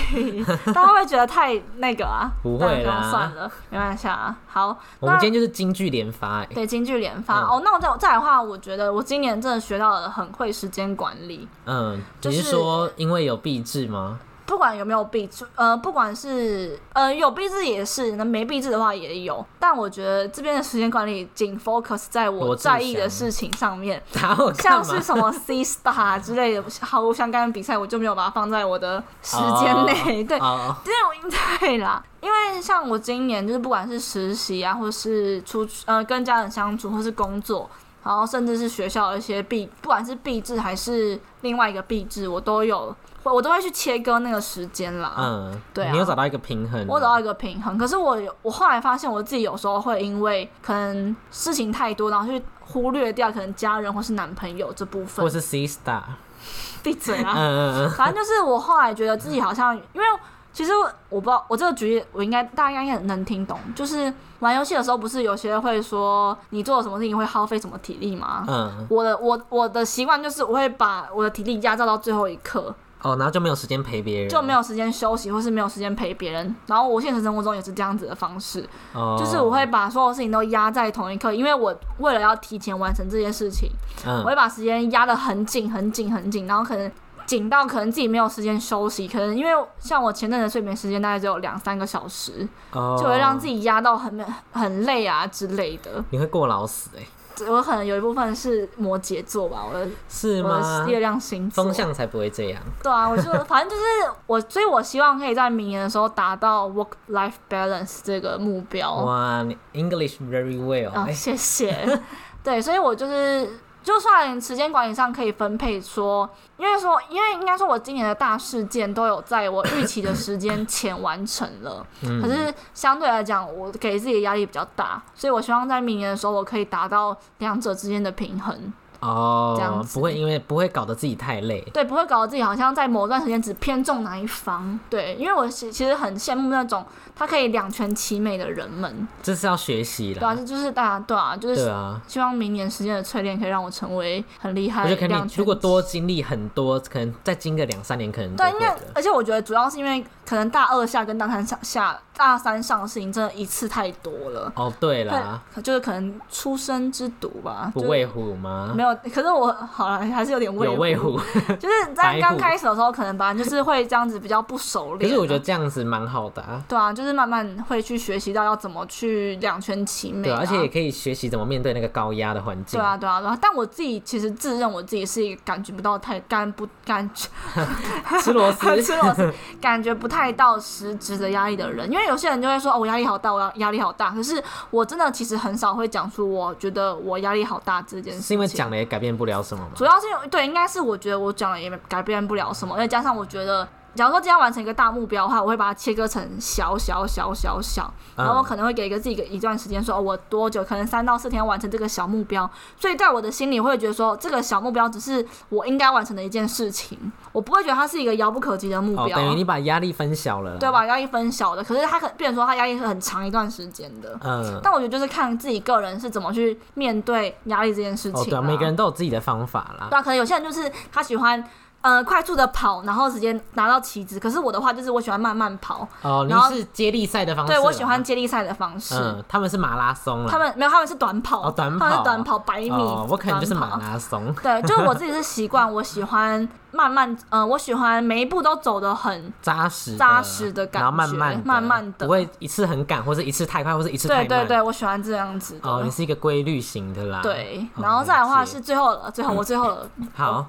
Speaker 1: 大家会觉得太那个啊，
Speaker 2: 不会啦
Speaker 1: 那算了，没关系啊。好，
Speaker 2: 我们
Speaker 1: 那
Speaker 2: 今天就是京剧连发，哎，
Speaker 1: 对京剧连发、
Speaker 2: 嗯
Speaker 1: 哦，那我再再来的话，我觉得我今年真的学到了很会时间管理，
Speaker 2: 嗯，
Speaker 1: 就
Speaker 2: 你是
Speaker 1: 是
Speaker 2: 说因为有币制吗？
Speaker 1: 不管有没有壁纸，呃，不管是呃有壁纸也是，那没壁纸的话也有，但我觉得这边的时间管理仅 focus 在
Speaker 2: 罗
Speaker 1: 我
Speaker 2: 志祥
Speaker 1: 在意的事情上面，
Speaker 2: 打我干
Speaker 1: 像
Speaker 2: 嘛
Speaker 1: 是？什么 C Star 之类的毫无相干的比赛，我就没有把它放在我的时间内， 对，
Speaker 2: 哦，
Speaker 1: 对，我对啦， 因为像我今年就是不管是实习啊，或是出去呃跟家人相处，或是工作，然后甚至是学校的一些毕，不管是毕制还是另外一个毕制，我都有，我我都会去切割那个时间啦。
Speaker 2: 嗯，
Speaker 1: 对啊
Speaker 2: 你有找到一个平衡，
Speaker 1: 我找到一个平衡，可是我有我后来发现我自己有时候会因为可能事情太多，然后去忽略掉可能家人或是男朋友这部分
Speaker 2: 或。是 C star，
Speaker 1: 闭嘴
Speaker 2: 嗯
Speaker 1: 啊！
Speaker 2: 嗯嗯，
Speaker 1: 反正就是我后来觉得自己好像，因为其实我不知道，我这个局我应该大家应该能听懂，就是玩游戏的时候，不是有些会说你做了什么事情会耗费什么体力吗？
Speaker 2: 嗯，
Speaker 1: 我的我我的习惯就是我会把我的体力压榨到最后一刻，
Speaker 2: 哦，然后就没有时间陪别人，
Speaker 1: 就没有时间休息，或是没有时间陪别人。然后我现实生活中也是这样子的方式，
Speaker 2: 哦，
Speaker 1: 就是我会把所有事情都压在同一刻，因为我为了要提前完成这件事情，我
Speaker 2: 嗯，
Speaker 1: 会把时间压得很紧、很紧、很紧，然后可能紧到可能自己没有时间休息，可能因为像我前阵子睡眠时间大概只有两三个小时，
Speaker 2: 哦，
Speaker 1: 就会让自己压到很很累啊之类的。
Speaker 2: 你会过劳死哎，
Speaker 1: 这我可能有一部分是摩羯座吧，我的
Speaker 2: 是
Speaker 1: 我的
Speaker 2: 吗？
Speaker 1: 月亮星座
Speaker 2: 风。向才不会这样，
Speaker 1: 对啊，我就反正就是我，所以我希望可以在明年的时候达到 work life balance 这个目标。
Speaker 2: 哇，你 English very well，
Speaker 1: 啊，
Speaker 2: 哎，
Speaker 1: 谢谢。对，所以我就是，就算时间管理上可以分配说，因为说，因为应该说，我今年的大事件都有在我预期的时间前完成了，可
Speaker 2: 嗯，
Speaker 1: 是相对来讲，我给自己的压力比较大，所以我希望在明年的时候，我可以达到两者之间的平衡，这样
Speaker 2: 哦，
Speaker 1: 子
Speaker 2: 不会因为不会搞得自己太累，
Speaker 1: 对，不会搞得自己好像在某段时间只偏重哪一方，对，因为我其其实很羡慕那种他可以两全其美的人们，
Speaker 2: 这是要学习
Speaker 1: 对啊，
Speaker 2: 啦，
Speaker 1: 这就是大家对啊，就是
Speaker 2: 对啊。
Speaker 1: 希望明年时间的淬炼可以让我成为很厉害
Speaker 2: 我
Speaker 1: 的
Speaker 2: 觉得可
Speaker 1: 两
Speaker 2: 能
Speaker 1: 全
Speaker 2: 你
Speaker 1: 其
Speaker 2: 如果多经历很多，可能再经个两三年，可能就
Speaker 1: 对，
Speaker 2: 会
Speaker 1: 因为
Speaker 2: 了。
Speaker 1: 而且我觉得主要是因为可能大二下跟大三上下大三上的事情真的一次太多了，
Speaker 2: 哦，对啦，
Speaker 1: 可就是可能出生之毒吧，
Speaker 2: 不
Speaker 1: 就是
Speaker 2: 畏虎吗？
Speaker 1: 没有。可是我好了，还是有点畏
Speaker 2: 有畏虎，
Speaker 1: 就是
Speaker 2: 白
Speaker 1: 在
Speaker 2: 虎
Speaker 1: 刚开始的时候，可能吧，就是会这样子比较不熟
Speaker 2: 可
Speaker 1: 练。
Speaker 2: 是我觉得。这样子蛮好的啊，
Speaker 1: 对啊，就是慢慢会去学习到要怎么去两全其美、
Speaker 2: 对啊，而且也可以学习怎么面对那个高压的环境。
Speaker 1: 对啊，对啊，对啊。但我自己其实自认我自己是一个感觉不到太感不感觉
Speaker 2: 吃螺丝，
Speaker 1: 吃螺丝，感觉不太到实质的压力的人，因为有些人就会说哦，我压力好大，我要压力好大。可是我真的其实很少会讲出我觉得我压力好大这件事情，
Speaker 2: 是因为讲了也改变不了什么吗？
Speaker 1: 主要是因为对，应该是我觉得我讲了也改变不了什么，再加上我觉得。假如说今天完成一个大目标的话，我会把它切割成小小小小小，然
Speaker 2: 嗯
Speaker 1: 后我可能会给一个自己一个一段时间，说哦，我多久可能三到四天完成这个小目标。所以在我的心里会觉得说，这个小目标只是我应该完成的一件事情，我不会觉得它是一个遥不可及的目
Speaker 2: 哦，
Speaker 1: 标。
Speaker 2: 等于你把压力分小了，
Speaker 1: 对？啊吧？压力分小的，可是他可变成说他压力是很长一段时间的。
Speaker 2: 嗯，
Speaker 1: 但我觉得就是看自己个人是怎么去面对压力这件事情、
Speaker 2: 哦，对啊，每个人都有自己的方法啦
Speaker 1: 对。啊，可能有些人就是他喜欢呃快速的跑，然后直接拿到旗帜。可是我的话就是我喜欢慢慢跑，
Speaker 2: 哦，
Speaker 1: 然后
Speaker 2: 你是接力赛的方式啦，
Speaker 1: 对我喜欢接力赛的方式。
Speaker 2: 嗯，他们是马拉松啦，
Speaker 1: 他们没有，他们是短跑，
Speaker 2: 哦短
Speaker 1: 他们
Speaker 2: 跑
Speaker 1: 是短跑百米、
Speaker 2: 哦，我可能就是马
Speaker 1: 短跑
Speaker 2: 拉松，
Speaker 1: 对，就是我自己是习惯，我喜欢慢慢，呃，我喜欢每一步都走得很
Speaker 2: 扎实的
Speaker 1: 扎实的感觉
Speaker 2: 然后慢慢地
Speaker 1: 慢慢地
Speaker 2: 不会一次很赶，或者一次太快，或者一次太
Speaker 1: 对
Speaker 2: 慢。
Speaker 1: 对对，我喜欢这样子的。
Speaker 2: 哦，你是一个规律型的啦。
Speaker 1: 对，
Speaker 2: 哦
Speaker 1: 然后再来的话
Speaker 2: 了解
Speaker 1: 是最后了，最后我最后了，
Speaker 2: 好，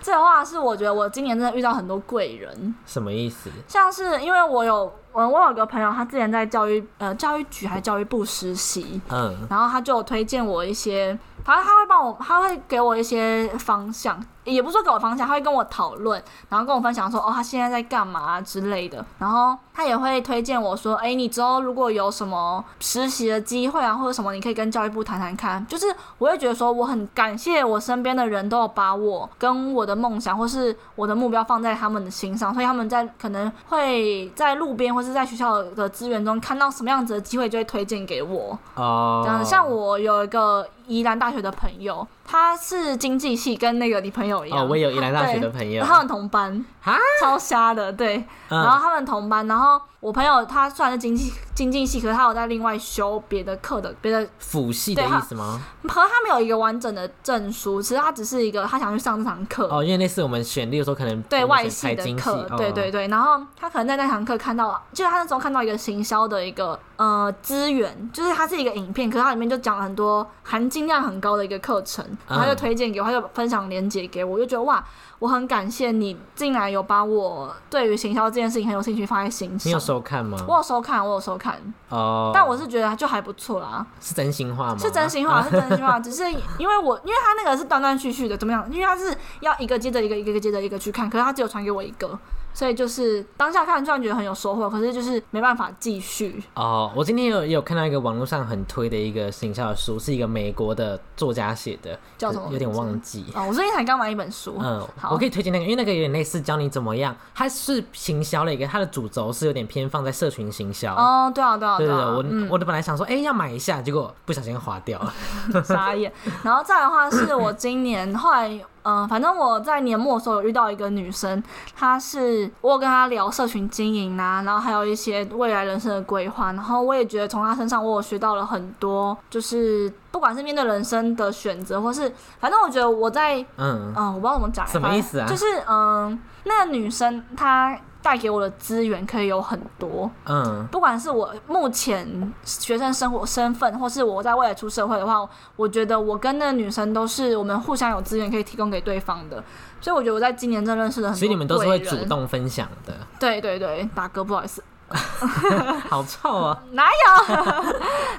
Speaker 1: 最后的话是我觉得我今年真的遇到很多贵人，
Speaker 2: 什么意思？
Speaker 1: 像是因为我有，嗯我我有个朋友，他之前在教育呃教育局还是教育部实习，
Speaker 2: 嗯，
Speaker 1: 然后他就有推荐我一些，反正他会帮我，他会给我一些方向，也不是说给我方向，他会跟我讨论，然后跟我分享说，哦，他现在在干嘛、之类的。然后他也会推荐我说，哎，你之后如果有什么实习的机会啊，或者什么，你可以跟教育部谈谈看。就是我会觉得说，我很感谢我身边的人都有把我跟我的梦想或是我的目标放在他们的心上，所以他们在可能会在路边或是在学校的资源中看到什么样子的机会，就会推荐给我。
Speaker 2: 哦，
Speaker 1: 这样子，像我有一个宜兰大学的朋友，他是经济系，跟那个你朋友一样，
Speaker 2: 哦，我有宜兰大学的
Speaker 1: 对
Speaker 2: 朋友，
Speaker 1: 他们同班，
Speaker 2: 哈，
Speaker 1: 超瞎的，对。然后
Speaker 2: 嗯，
Speaker 1: 他们同班，然后我朋友他虽然是经济经济系，可是他有在另外修别的课的别的，
Speaker 2: 辅系的
Speaker 1: 对他
Speaker 2: 意思吗？
Speaker 1: 可是他没有一个完整的证书，其实他只是一个他想去上这堂课。
Speaker 2: 哦，因为类似我们选，例如说可能
Speaker 1: 对
Speaker 2: 我们
Speaker 1: 外
Speaker 2: 选
Speaker 1: 系
Speaker 2: 财
Speaker 1: 的
Speaker 2: 经
Speaker 1: 课，
Speaker 2: 系哦嗯
Speaker 1: 对对，对，然后他可能在那堂课看到，就是他那时候看到一个行销的一个呃资源，就是它是一个影片，可是它里面就讲了很多含金量很高的一个课程，然后他就
Speaker 2: 嗯
Speaker 1: 推荐给我，他就分享链接给我，我就觉得哇，我很感谢你竟然有把我对于行销这件事情很有兴趣放在心
Speaker 2: 你有
Speaker 1: 上。
Speaker 2: 收看吗？
Speaker 1: 我有收看，我有收看，
Speaker 2: 哦，
Speaker 1: 但我是觉得就还不错啦，
Speaker 2: 是真心话吗？
Speaker 1: 是真心话，是真心话。只是因为我，因为他那个是断断续续的，怎么样？因为他是要一个接着一个，一个接着一个去看，可是他只有传给我一个，所以就是当下看虽然觉得很有收获，可是就是没办法继续。
Speaker 2: 哦，我今天有有看到一个网络上很推的一个行销的书，是一个美国的作家写的，
Speaker 1: 叫什么
Speaker 2: 有点
Speaker 1: 名字
Speaker 2: 忘记。
Speaker 1: 哦，我最近才刚买一本书，
Speaker 2: 嗯，
Speaker 1: 好
Speaker 2: 我可以推荐那个，因为那个有点类似教你怎么样，它是行销的一个，它的主轴是有点偏放在社群行销。
Speaker 1: 哦，对啊，对啊，
Speaker 2: 对对
Speaker 1: 啊，
Speaker 2: 对，我、
Speaker 1: 嗯
Speaker 2: 我的本来想说，哎、要买一下，结果不小心划掉了。
Speaker 1: 傻眼。然后再来的话，是我今年后来，嗯、反正我在年末的时候有遇到一个女生，她是我有跟她聊社群经营啊，然后还有一些未来人生的规划，然后我也觉得从她身上我有学到了很多，就是不管是面对人生的选择，或是反正我觉得我在
Speaker 2: 嗯，
Speaker 1: 嗯，我不知道怎么讲欸，
Speaker 2: 什么
Speaker 1: 反正
Speaker 2: 意思啊
Speaker 1: 就是嗯，那个女生她带给我的资源可以有很多，
Speaker 2: 嗯，
Speaker 1: 不管是我目前学生生活身份，或是我在未来出社会的话，我觉得我跟那个女生都是我们互相有资源可以提供给对方的，所以我觉得我在今年真的认识了很多
Speaker 2: 所以你们都是会主
Speaker 1: 贵人，
Speaker 2: 动分享的，
Speaker 1: 对对对，大哥不好意思，
Speaker 2: 好臭啊！
Speaker 1: 哪有？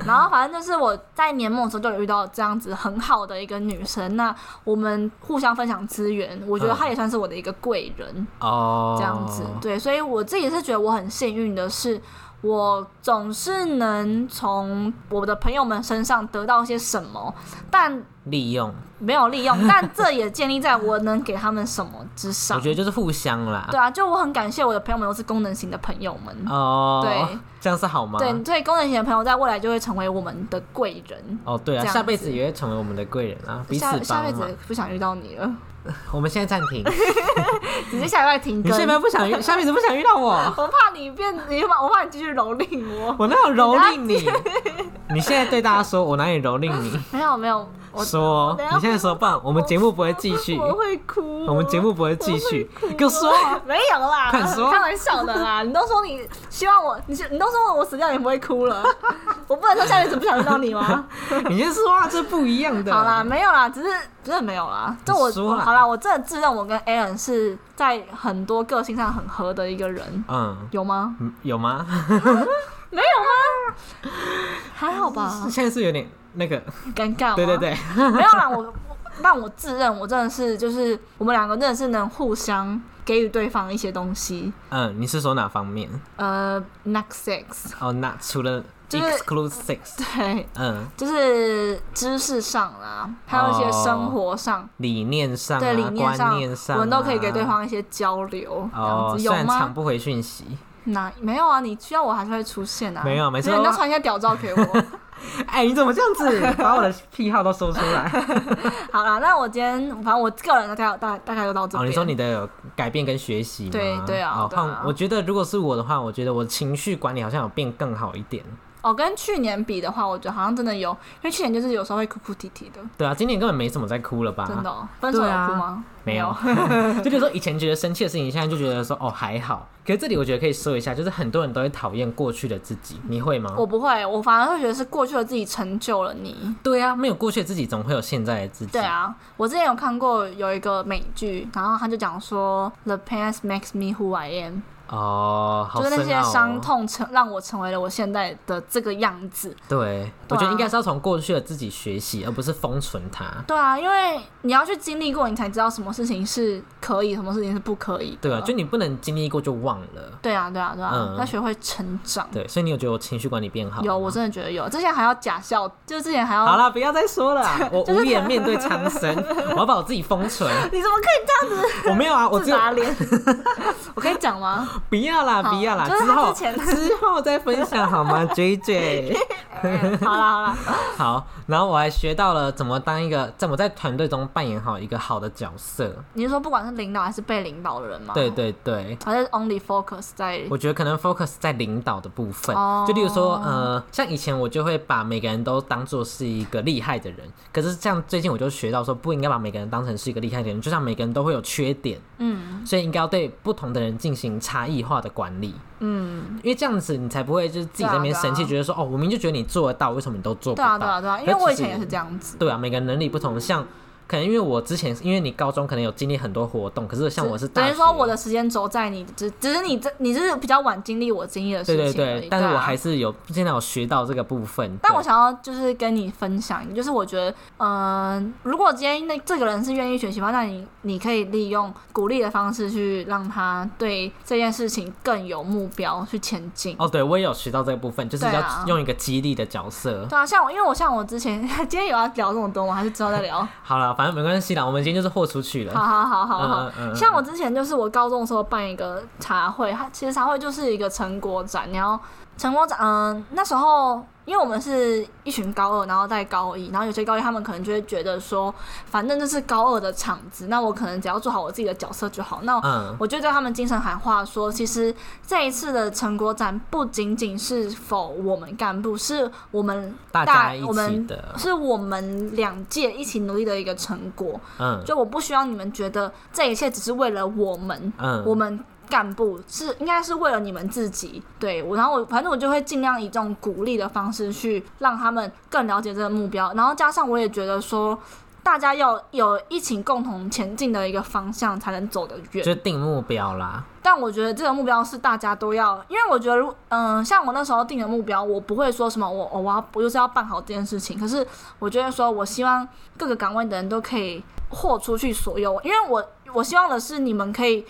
Speaker 1: 然后反正就是我在年末的时候就有遇到这样子很好的一个女生，那我们互相分享资源，我觉得
Speaker 2: 嗯
Speaker 1: 她也算是我的一个贵人，
Speaker 2: 哦，
Speaker 1: 这样子。对，所以我自己是觉得我很幸运的是，我总是能从我的朋友们身上得到些什么，但
Speaker 2: 利用，
Speaker 1: 没有利用，但这也建立在我能给他们什么之
Speaker 2: 我
Speaker 1: 上
Speaker 2: 觉。得就是互相啦。
Speaker 1: 对啊，就我很感谢我的朋友们都是功能型的朋友们。
Speaker 2: 哦，
Speaker 1: 对，
Speaker 2: 这样是好吗？
Speaker 1: 对，所以功能型的朋友在未来就会成为我们的贵人。
Speaker 2: 哦，对啊，
Speaker 1: 这样
Speaker 2: 下辈子也会成为我们的贵人啊，彼此
Speaker 1: 下下辈
Speaker 2: 帮忙
Speaker 1: 子。不想遇到你了，
Speaker 2: 我们现在 暂停，
Speaker 1: 直接下礼拜停
Speaker 2: 你
Speaker 1: 更。
Speaker 2: 下辈子 不想遇，下辈子不想遇到我，
Speaker 1: 我怕你变，你怕我怕你继续蹂躏我。
Speaker 2: 我哪有蹂躏你？ 你现在对大家说，我哪里蹂躏你？
Speaker 1: 没有没有， 我
Speaker 2: 说哦
Speaker 1: 等一，下
Speaker 2: 你现在说吧，我们节目不会继续，
Speaker 1: 我会哭。
Speaker 2: 我们节目不会继续
Speaker 1: 我会，哭
Speaker 2: 给我说啊。
Speaker 1: 哦没有啦，
Speaker 2: 快说
Speaker 1: 开玩笑的 啦。你都说你希望我，你是你都说我死掉也不会哭 了，我不能说下辈子不想遇到你吗？
Speaker 2: 你先说啊，这不一样的。
Speaker 1: 好啦，，没有啦，只是真的没有啦。这我
Speaker 2: 你说啊
Speaker 1: 好啦，我真的自认我跟 Alan 是在很多个性上很合的一个人，
Speaker 2: 嗯，
Speaker 1: 有吗？
Speaker 2: 嗯有吗？
Speaker 1: 没有吗？还好吧，
Speaker 2: 现在是有点那个，
Speaker 1: 尴尬吗？
Speaker 2: 对对，对，
Speaker 1: 没有啦，我我但我自认我真的是就是我们两个真的是能互相给予对方一些东西。
Speaker 2: 嗯，你是说哪方面？
Speaker 1: 呃 n u x sex，
Speaker 2: 哦，那除了
Speaker 1: 就是
Speaker 2: exclusive，
Speaker 1: 对，
Speaker 2: 嗯，
Speaker 1: 就是知识上啦，还有一些生活上、
Speaker 2: 理念上
Speaker 1: 对理
Speaker 2: 啊，
Speaker 1: 念上，
Speaker 2: 观念上，
Speaker 1: 我们都可以给对。方一些交流，这样
Speaker 2: 哦，
Speaker 1: 子
Speaker 2: 虽
Speaker 1: 有
Speaker 2: 然常
Speaker 1: 吗？
Speaker 2: 不回讯息，
Speaker 1: 哪没有啊？你需要我还是会出现啊？
Speaker 2: 没有没错
Speaker 1: 你要传一些屌照给 我。
Speaker 2: 哎，你怎么这 样子？把我的癖好都说出来。
Speaker 1: 好啦，那我今天反正我个人大概大大概就到这
Speaker 2: 哦，
Speaker 1: 边。
Speaker 2: 你说你的改变跟学习吗
Speaker 1: 对对啊
Speaker 2: 哦，
Speaker 1: 对啊
Speaker 2: 换我觉得如果是我的话，我觉得我情绪管理好像有变更好一点。
Speaker 1: 哦，跟去年比的话，我觉得好像真的有，因为去年就是有时候会哭哭啼啼的，
Speaker 2: 对啊，今年根本没怎么在哭了吧？
Speaker 1: 真的、哦。分手有
Speaker 2: 对啊
Speaker 1: 哭吗？
Speaker 2: 没有，就比如说以前觉得生气的事情，现在就觉得说哦还好。可是这里我觉得可以说一下，就是很多人都会讨厌过去的自己，你会吗？
Speaker 1: 我不会，我反而会觉得是过去的自己成就了你。
Speaker 2: 对啊，没有过去的自己，总会有现在的自己。
Speaker 1: 对，啊，我之前有看过有一个美剧，然后他就讲说，The past makes me who I am，、
Speaker 2: 哦，好
Speaker 1: 就是那
Speaker 2: 深
Speaker 1: 些
Speaker 2: 奥哦
Speaker 1: 伤。痛成让我成为了我现在的这个样子。
Speaker 2: 对，
Speaker 1: 对啊
Speaker 2: 我觉得应该是要从过去的自己学习，而不是封存它。
Speaker 1: 对啊，因为你要去经历过，你才知道什么事情是可以，什么事情是不可以的。
Speaker 2: 对啊，就你不能经历过就忘了。
Speaker 1: 对啊，对啊，对啊
Speaker 2: 嗯，
Speaker 1: 要、学会成长。
Speaker 2: 对，所以你有觉得我情绪管理变好吗？
Speaker 1: 有，我真的觉得有。之前还要假笑，就是之前还要，
Speaker 2: 好了，不要再说了 啊，我无颜面对苍生，我要把我自己封存。
Speaker 1: 你怎么可以
Speaker 2: 我没有啊，我
Speaker 1: 自
Speaker 2: 只有
Speaker 1: 打脸？ 我可以讲吗？
Speaker 2: 不要啦，
Speaker 1: 好
Speaker 2: 不要啦，
Speaker 1: 就是
Speaker 2: 之
Speaker 1: 他
Speaker 2: 后
Speaker 1: 之前
Speaker 2: 之后再分享 好吗？J J，
Speaker 1: 哎好啦好啦，
Speaker 2: 好，然后我还学到了怎么当一个，怎么在团队中扮演好一个好的角色。
Speaker 1: 你是说不管是领导还是被领导的人吗？
Speaker 2: 对，对对，
Speaker 1: 还是 only focus 在
Speaker 2: 我觉得可能 focus 在领导的部分
Speaker 1: 哦，
Speaker 2: 就例如说，呃，像以前我就会把每个人都当做是一个厉害的人，可是像最近我就学到说，不应该把每个人当成是一个厉害的人，就像每个人都会有缺点，
Speaker 1: 嗯
Speaker 2: 所以应该要对不同的人进行差异化的管理。
Speaker 1: 嗯，
Speaker 2: 因为这样子你才不会就是自己在那边生
Speaker 1: 对
Speaker 2: 气，
Speaker 1: 啊对啊
Speaker 2: 觉得说哦，我明明就觉得你做得到，为什么你都做不
Speaker 1: 对
Speaker 2: 到？
Speaker 1: 啊对啊对啊，因
Speaker 2: 可
Speaker 1: 为
Speaker 2: 是
Speaker 1: 我以
Speaker 2: 其实
Speaker 1: 前也是这样子。
Speaker 2: 对啊每个人能力不同，像可能因为我之前因为你高中可能有经历很多活动，可是像我是大
Speaker 1: 等
Speaker 2: 学
Speaker 1: 于说我的时间轴在你，只只是你这你这是比较晚经历我经历的
Speaker 2: 对
Speaker 1: 事
Speaker 2: 对
Speaker 1: 情而已
Speaker 2: 对，但是我
Speaker 1: 啊
Speaker 2: 还是有现在有学到这个部分。
Speaker 1: 但
Speaker 2: 对
Speaker 1: 我想要就是跟你分享一个，就是我觉得，嗯、如果今天那这个人是愿意学习的话，那你你可以利用鼓励的方式去让他对这件事情更有目标去前进。
Speaker 2: 哦，对我也有学到这个部分，就是
Speaker 1: 对啊
Speaker 2: 要用一个激励的角色。
Speaker 1: 对啊，像我，因为我像我之前 今天有要聊这么多吗？还是之后再 聊？
Speaker 2: 好了，反正没关系啦，我们今天就是豁出去
Speaker 1: 好
Speaker 2: 了。
Speaker 1: 好好好好。
Speaker 2: 嗯嗯嗯
Speaker 1: 像我之前就是我高中的时候办一个茶会，它其实茶会就是一个成果展，然后成果展，嗯、那时候因为我们是一群高二，然后带高一，然后有些高一他们可能就会觉得说，反正这是高二的场子，那我可能只要做好我自己的角色就好。那
Speaker 2: 嗯，
Speaker 1: 我就对他们精神喊话说，其实这一次的成果展不仅仅是否我们干部，是我们
Speaker 2: 大家一
Speaker 1: 我
Speaker 2: 起
Speaker 1: 们
Speaker 2: 的，
Speaker 1: 是我们两届一起努力的一个成果。
Speaker 2: 嗯
Speaker 1: 就我不希望你们觉得这一切只是为了我们，
Speaker 2: 嗯，
Speaker 1: 我们干部是应该是为了你们自己。对我，然后我反正我就会尽量以这种鼓励的方式去让他们更了解这个目标，然后加上我也觉得说。大家要有一起共同前进的一个方向，才能走得远。
Speaker 2: 就定目标啦。
Speaker 1: 但我觉得这个目标是大家都要，因为我觉得如，嗯、像我那时候定的目标，我不会说什么我我我要我就是要办好这件事情，可是我觉得说，我希望各个岗位的人都可以豁出去所有，因为我我希望的是你们可以。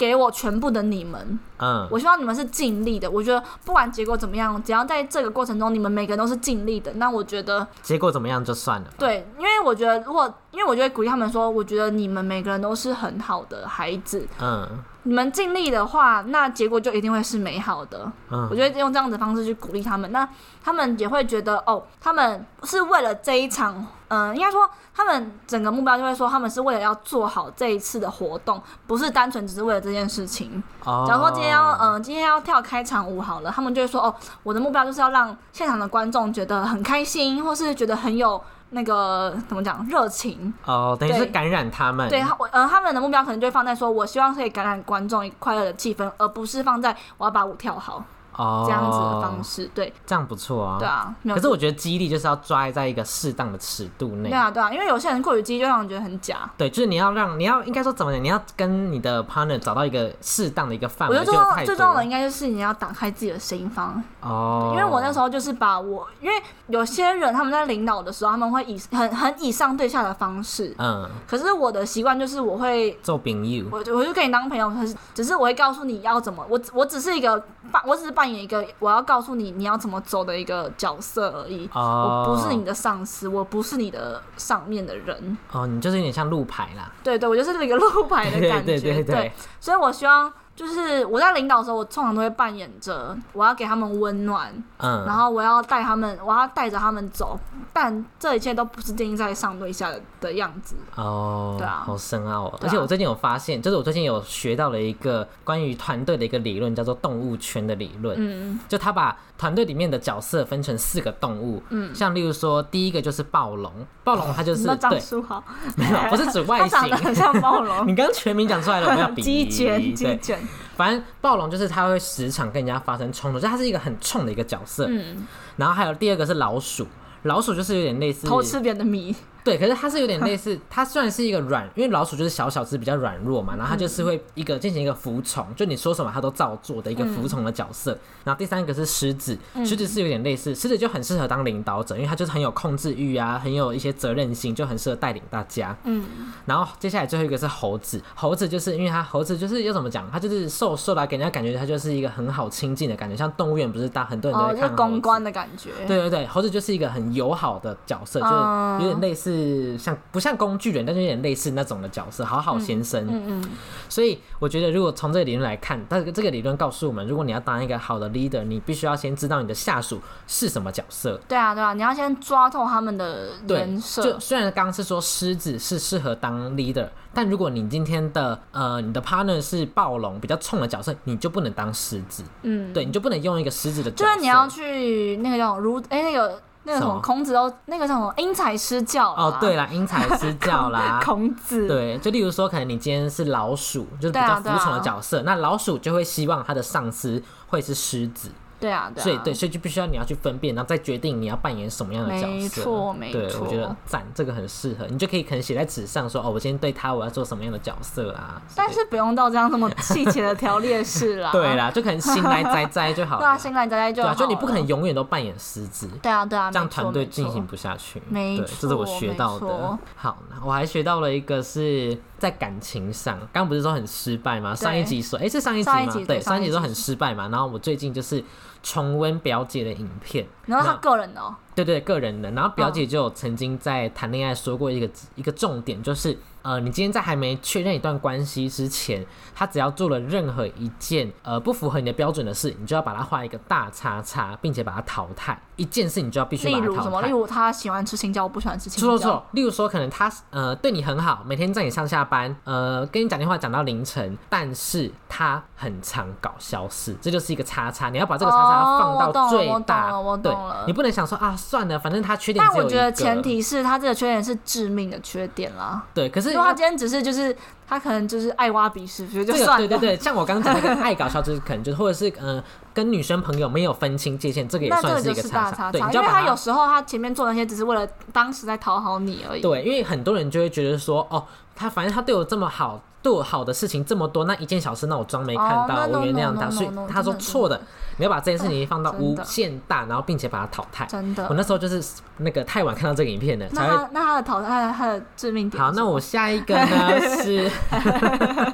Speaker 1: 给我全部的你们，
Speaker 2: 嗯，
Speaker 1: 我希望你们是尽力的。我觉得不管结果怎么样，只要在这个过程中你们每个人都是尽力的，那我觉得
Speaker 2: 结果怎么样就算了。
Speaker 1: 对，因为我觉得如果，因为我就会鼓励他们说，我觉得你们每个人都是很好的孩子，
Speaker 2: 嗯
Speaker 1: 你们尽力的话，那结果就一定会是美好的。
Speaker 2: 嗯
Speaker 1: 我，觉得用这样的方式去鼓励他们，那他们也会觉得哦，他们是为了这一场，嗯、应该说他们整个目标就会说，他们是为了要做好这一次的活动，不是单纯只是为了这件事情。
Speaker 2: 哦
Speaker 1: 假如说今天要，嗯、今天要跳开场舞好了，他们就会说，哦，我的目标就是要让现场的观众觉得很开心，或是觉得很有那个怎么讲热情。
Speaker 2: 哦，等于是
Speaker 1: 对
Speaker 2: 感染他们。
Speaker 1: 对他，我呃，他们的目标可能就会放在说，我希望可以感染观众一个快乐的气氛，而不是放在我要把舞跳好
Speaker 2: 哦，
Speaker 1: 这样子的方，式。对，
Speaker 2: 这样不错啊。
Speaker 1: 对。啊，没有
Speaker 2: 哦可是我觉得激励就是要抓在一个适当的尺度内。
Speaker 1: 对啊，对啊，因为有些人过于激烈就让人觉得很假。
Speaker 2: 对，就是你要让你要应该说怎么讲，你要跟你的 partner 找到一个适当的一个范
Speaker 1: 我
Speaker 2: 围，
Speaker 1: 觉得
Speaker 2: 就
Speaker 1: 最
Speaker 2: 啊有
Speaker 1: 重
Speaker 2: 太
Speaker 1: 最
Speaker 2: 多
Speaker 1: 重要的应该就是你要打开自己的声音房，
Speaker 2: 哦，
Speaker 1: 因为我那时
Speaker 2: 候
Speaker 1: 候就是把我，因为有些人他们在领导的时候，他们会以很很以上对下的方式，
Speaker 2: 嗯
Speaker 1: 可是我的习惯就是我会
Speaker 2: 做饼 you
Speaker 1: 我我就跟你当朋友，可是只是我会告诉你要怎么，我只我只是一个扮，我只是扮演一个我要告诉你你要怎么走的一个角色而已。
Speaker 2: 哦
Speaker 1: 我，不是你的上司，我不是你的上面的人。
Speaker 2: 哦，你就是有点像路牌啦，
Speaker 1: 对对，我就是这个路牌的
Speaker 2: 对
Speaker 1: 感觉。
Speaker 2: 对对对，
Speaker 1: 所以我希望就是我在领导的时候，我通常都会扮演着我要给他们温暖，
Speaker 2: 嗯，
Speaker 1: 然后我要带他们，我要带着他们走，但这一切都不是定义在上对下的的样子。
Speaker 2: 哦，
Speaker 1: 对啊
Speaker 2: 好深奥哦。
Speaker 1: 对
Speaker 2: 而
Speaker 1: 啊
Speaker 2: 且我最近有发现，就是我最近有学到了一个关于团队的一个理论，叫做动物圈的理论。
Speaker 1: 嗯
Speaker 2: 就他把团队里面的角色分成四个动物，
Speaker 1: 嗯，哦
Speaker 2: 像例如说，第一个就是暴龙，暴龙它就是
Speaker 1: 那张
Speaker 2: 对，
Speaker 1: 书豪，
Speaker 2: 没有 不是指外
Speaker 1: 他长
Speaker 2: 形
Speaker 1: 得。很像暴龙，
Speaker 2: 你刚刚全名讲出 来了，我要比
Speaker 1: 鸡卷鸡
Speaker 2: 对，
Speaker 1: 卷，
Speaker 2: 反正暴龙就是它会时常跟人家发生冲突，就它是一个很冲的一个角色。
Speaker 1: 嗯，
Speaker 2: 然后还有第二个是老鼠，老鼠就是有点类似
Speaker 1: 偷吃别人的米，
Speaker 2: 对，可是它是有点 类似，它虽然是一个软，因为老鼠就是小小只，比较软弱
Speaker 1: 嗯
Speaker 2: 嘛，然后它就是会一个进行一个服从，就你说什么它都照做的一个服从的角色。
Speaker 1: 嗯
Speaker 2: 然后第三个是狮子，狮子是有点类似，狮子就很适合当领导者，因为它就是很有控制欲啊，很有一些责任心，就很适合带领大家。
Speaker 1: 嗯，
Speaker 2: 然后接下来最后一个是猴子，猴子就是因为它猴子就是要怎么讲，它就是瘦瘦的啊，给人家感觉它就是一个很好亲近的感觉，像动物园不是大很多人都
Speaker 1: 哦，
Speaker 2: 会
Speaker 1: 就是
Speaker 2: 看猴
Speaker 1: 公
Speaker 2: 子
Speaker 1: 关的感觉，
Speaker 2: 对对对，猴子就是一个很友好的角色，
Speaker 1: 嗯
Speaker 2: 就有点类似像不像工具人，但就有点类似那种的角色，好好先生。
Speaker 1: 嗯嗯，
Speaker 2: 所以我觉得，如果从这个理论来看，但是这个理论告诉我们，如果你要当一个好的 leader，你必须要先知道你的下属是什么角色。
Speaker 1: 对啊对啊，你要先抓透他们的
Speaker 2: 对
Speaker 1: 人，设
Speaker 2: 就，虽然刚刚是说狮子是适合当 leader，但如果你今天的呃你的 partner 是暴龙比较冲的角色，你就不能当狮子，
Speaker 1: 嗯，
Speaker 2: 对，你就不能用一个狮子的角
Speaker 1: 就
Speaker 2: 色。
Speaker 1: 是你要去那个叫什么如哎、那个那个什
Speaker 2: 什
Speaker 1: 么
Speaker 2: 么
Speaker 1: 孔子都那个叫什么因材施教啦，
Speaker 2: 哦，对啦，因材施教啦
Speaker 1: 孔子
Speaker 2: 对，就例如说，可能你今天是老鼠，就是比
Speaker 1: 对啊
Speaker 2: 较服从的角色，那老鼠就会希望它的上司会是狮子，
Speaker 1: 对啊对啊，
Speaker 2: 所以对，所以就必须要你要去分辨，然后再决定你要扮演什么样的角色。
Speaker 1: 没错没
Speaker 2: 对，我觉得
Speaker 1: 错。
Speaker 2: 赞，这个很适合，你就可以可能写在纸上说，哦，我今天对他我要做什么样的角色啊。之类
Speaker 1: 但
Speaker 2: 的
Speaker 1: 是不用到这样这么细节的条列式啦。
Speaker 2: 对啦，就可能信赖栽栽就 好
Speaker 1: 对啊，
Speaker 2: 了。
Speaker 1: 新来大家就
Speaker 2: 对
Speaker 1: 好
Speaker 2: 啊，
Speaker 1: 了
Speaker 2: 就你不可能永远都扮演狮子。
Speaker 1: 对啊对啊，
Speaker 2: 这样
Speaker 1: 没错
Speaker 2: 团队
Speaker 1: 没错
Speaker 2: 进行不下去，
Speaker 1: 没
Speaker 2: 对，这是我
Speaker 1: 错
Speaker 2: 学
Speaker 1: 没
Speaker 2: 到的
Speaker 1: 错。
Speaker 2: 好，我还学到了一个是在感情上，刚刚不是说很失败吗？上一集说，哎、是上一集
Speaker 1: 上一
Speaker 2: 吗？
Speaker 1: 集对
Speaker 2: 对，上
Speaker 1: 上一
Speaker 2: 一集说
Speaker 1: 集
Speaker 2: 很失败嘛。然后我最近就是重温表姐的影片，
Speaker 1: 然后他
Speaker 2: 那
Speaker 1: 个人哦，
Speaker 2: 对对，个人的。然后表
Speaker 1: 嗯
Speaker 2: 姐就有曾经在谈恋爱说过一个一个重点，就是呃，你今天在还没确认一段关系之前，他只要做了任何一件呃不符合你的标准的事，你就要把它画一个大叉叉，并且把它淘汰。一件事你就要必须
Speaker 1: 例
Speaker 2: 把它淘
Speaker 1: 如
Speaker 2: 汰。
Speaker 1: 什么？例如他喜欢吃青椒，我不喜欢吃青
Speaker 2: 错错
Speaker 1: 椒。
Speaker 2: 错，例如说，可能他呃对你很好，每天在你上下班，呃跟你讲电话讲到凌晨，但是他很常搞消失，这就是一个叉叉，你要把这个叉叉
Speaker 1: 哦
Speaker 2: 放
Speaker 1: 我懂了
Speaker 2: 到最
Speaker 1: 我懂
Speaker 2: 大，
Speaker 1: 了我懂
Speaker 2: 对
Speaker 1: 了，
Speaker 2: 你不能想说啊算了，反正他缺点
Speaker 1: 但
Speaker 2: 只有
Speaker 1: 我
Speaker 2: 一个，
Speaker 1: 觉得前提是他这个缺点是致命的缺点啦。
Speaker 2: 对，可是
Speaker 1: 如果他今天只是就是他可能就是爱挖鼻屎，所以就
Speaker 2: 这个
Speaker 1: 算
Speaker 2: 对
Speaker 1: 了。
Speaker 2: 对对，像我刚刚讲那个爱搞笑，就是可能就是或者是呃跟女生朋友没有分清界限，这个也
Speaker 1: 那这
Speaker 2: 算
Speaker 1: 个
Speaker 2: 是
Speaker 1: 就
Speaker 2: 一个
Speaker 1: 是大
Speaker 2: 叉
Speaker 1: 叉
Speaker 2: 对，
Speaker 1: 叉，
Speaker 2: 你
Speaker 1: 因
Speaker 2: 就
Speaker 1: 为
Speaker 2: 把
Speaker 1: 他
Speaker 2: 它
Speaker 1: 有时候他前面做那些只是为了当时在讨好你而已。
Speaker 2: 对，因为很多人就会觉得说，哦，他反正他对我这么好，对我好的事情这么多，那一件小事，那我装没看
Speaker 1: 哦
Speaker 2: 到，
Speaker 1: 那
Speaker 2: 我原
Speaker 1: no，no，
Speaker 2: 谅他。
Speaker 1: no，no，
Speaker 2: 所以
Speaker 1: no，
Speaker 2: 他说
Speaker 1: 真的哦
Speaker 2: 错的，你要把这件事情放到
Speaker 1: 真
Speaker 2: 无
Speaker 1: 的
Speaker 2: 限大，然后并且把它淘汰。
Speaker 1: 真的
Speaker 2: 我。那时候就是那个太晚看到这个影片了，
Speaker 1: 那
Speaker 2: 才会。
Speaker 1: 他那他的讨他的他的致命点是什么。
Speaker 2: 好，那我下一个呢是，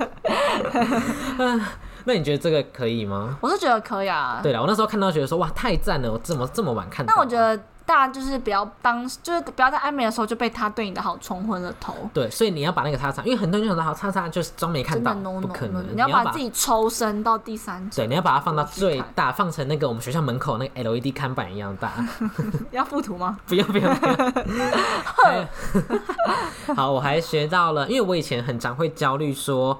Speaker 2: 那你觉得这个可以吗？
Speaker 1: 我是觉得可以啊。
Speaker 2: 对了，我那时候看到觉得说哇太赞了，我怎么这么晚看到？
Speaker 1: 那我觉得大家就是不要当，就是不要在暧昧的时候就被他对你的好冲昏了头。
Speaker 2: 对，所以你要把那个叉叉，因为很多人就想到好叉叉就是装没看
Speaker 1: 真的
Speaker 2: 到
Speaker 1: no no，,
Speaker 2: 不可
Speaker 1: no
Speaker 2: 能，
Speaker 1: 你要把自己抽身到第三者，
Speaker 2: 对，你要把它放到最
Speaker 1: 看
Speaker 2: 大，放成那个我们学校门口那个 LED 看板一样大。
Speaker 1: 要附图吗？
Speaker 2: 不用不用不用。 还有好，我还学到了，因为我以前很常会焦虑，说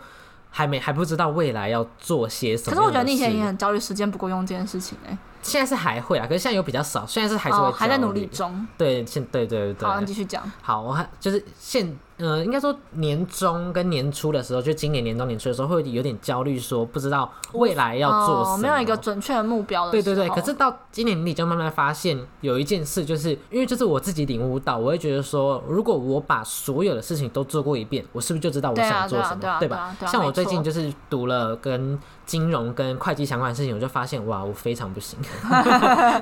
Speaker 2: 还没还不知道未来要做些什
Speaker 1: 可是
Speaker 2: 么。
Speaker 1: 我觉得你以前也，很焦虑，时间不够用这件事情哎、
Speaker 2: 现在是还会啊，可是现在有比较少，现在是还是会、
Speaker 1: 哦，还在努力。中。
Speaker 2: 对，现对对对
Speaker 1: 好，你
Speaker 2: 对
Speaker 1: 继。续讲。
Speaker 2: 好，我还就是现呃，应该说年终跟年初的时候，就今年年终年初的时候，会有点焦虑，说不知道未来要做什么，
Speaker 1: 哦，没有一个准确的目标的
Speaker 2: 对对对，
Speaker 1: 时候
Speaker 2: 可是到今年年底就慢慢发现有一件事，就是因为这是我自己领悟到，我会觉得说，如果我把所有的事情都做过一遍，我是不是就知道我
Speaker 1: 对啊
Speaker 2: 想做什么，
Speaker 1: 对啊对啊
Speaker 2: 吧
Speaker 1: 对啊对啊
Speaker 2: 像我
Speaker 1: 没错
Speaker 2: 最近就是读了跟金融跟会计相关的事情，我就发现哇，我非常 不行，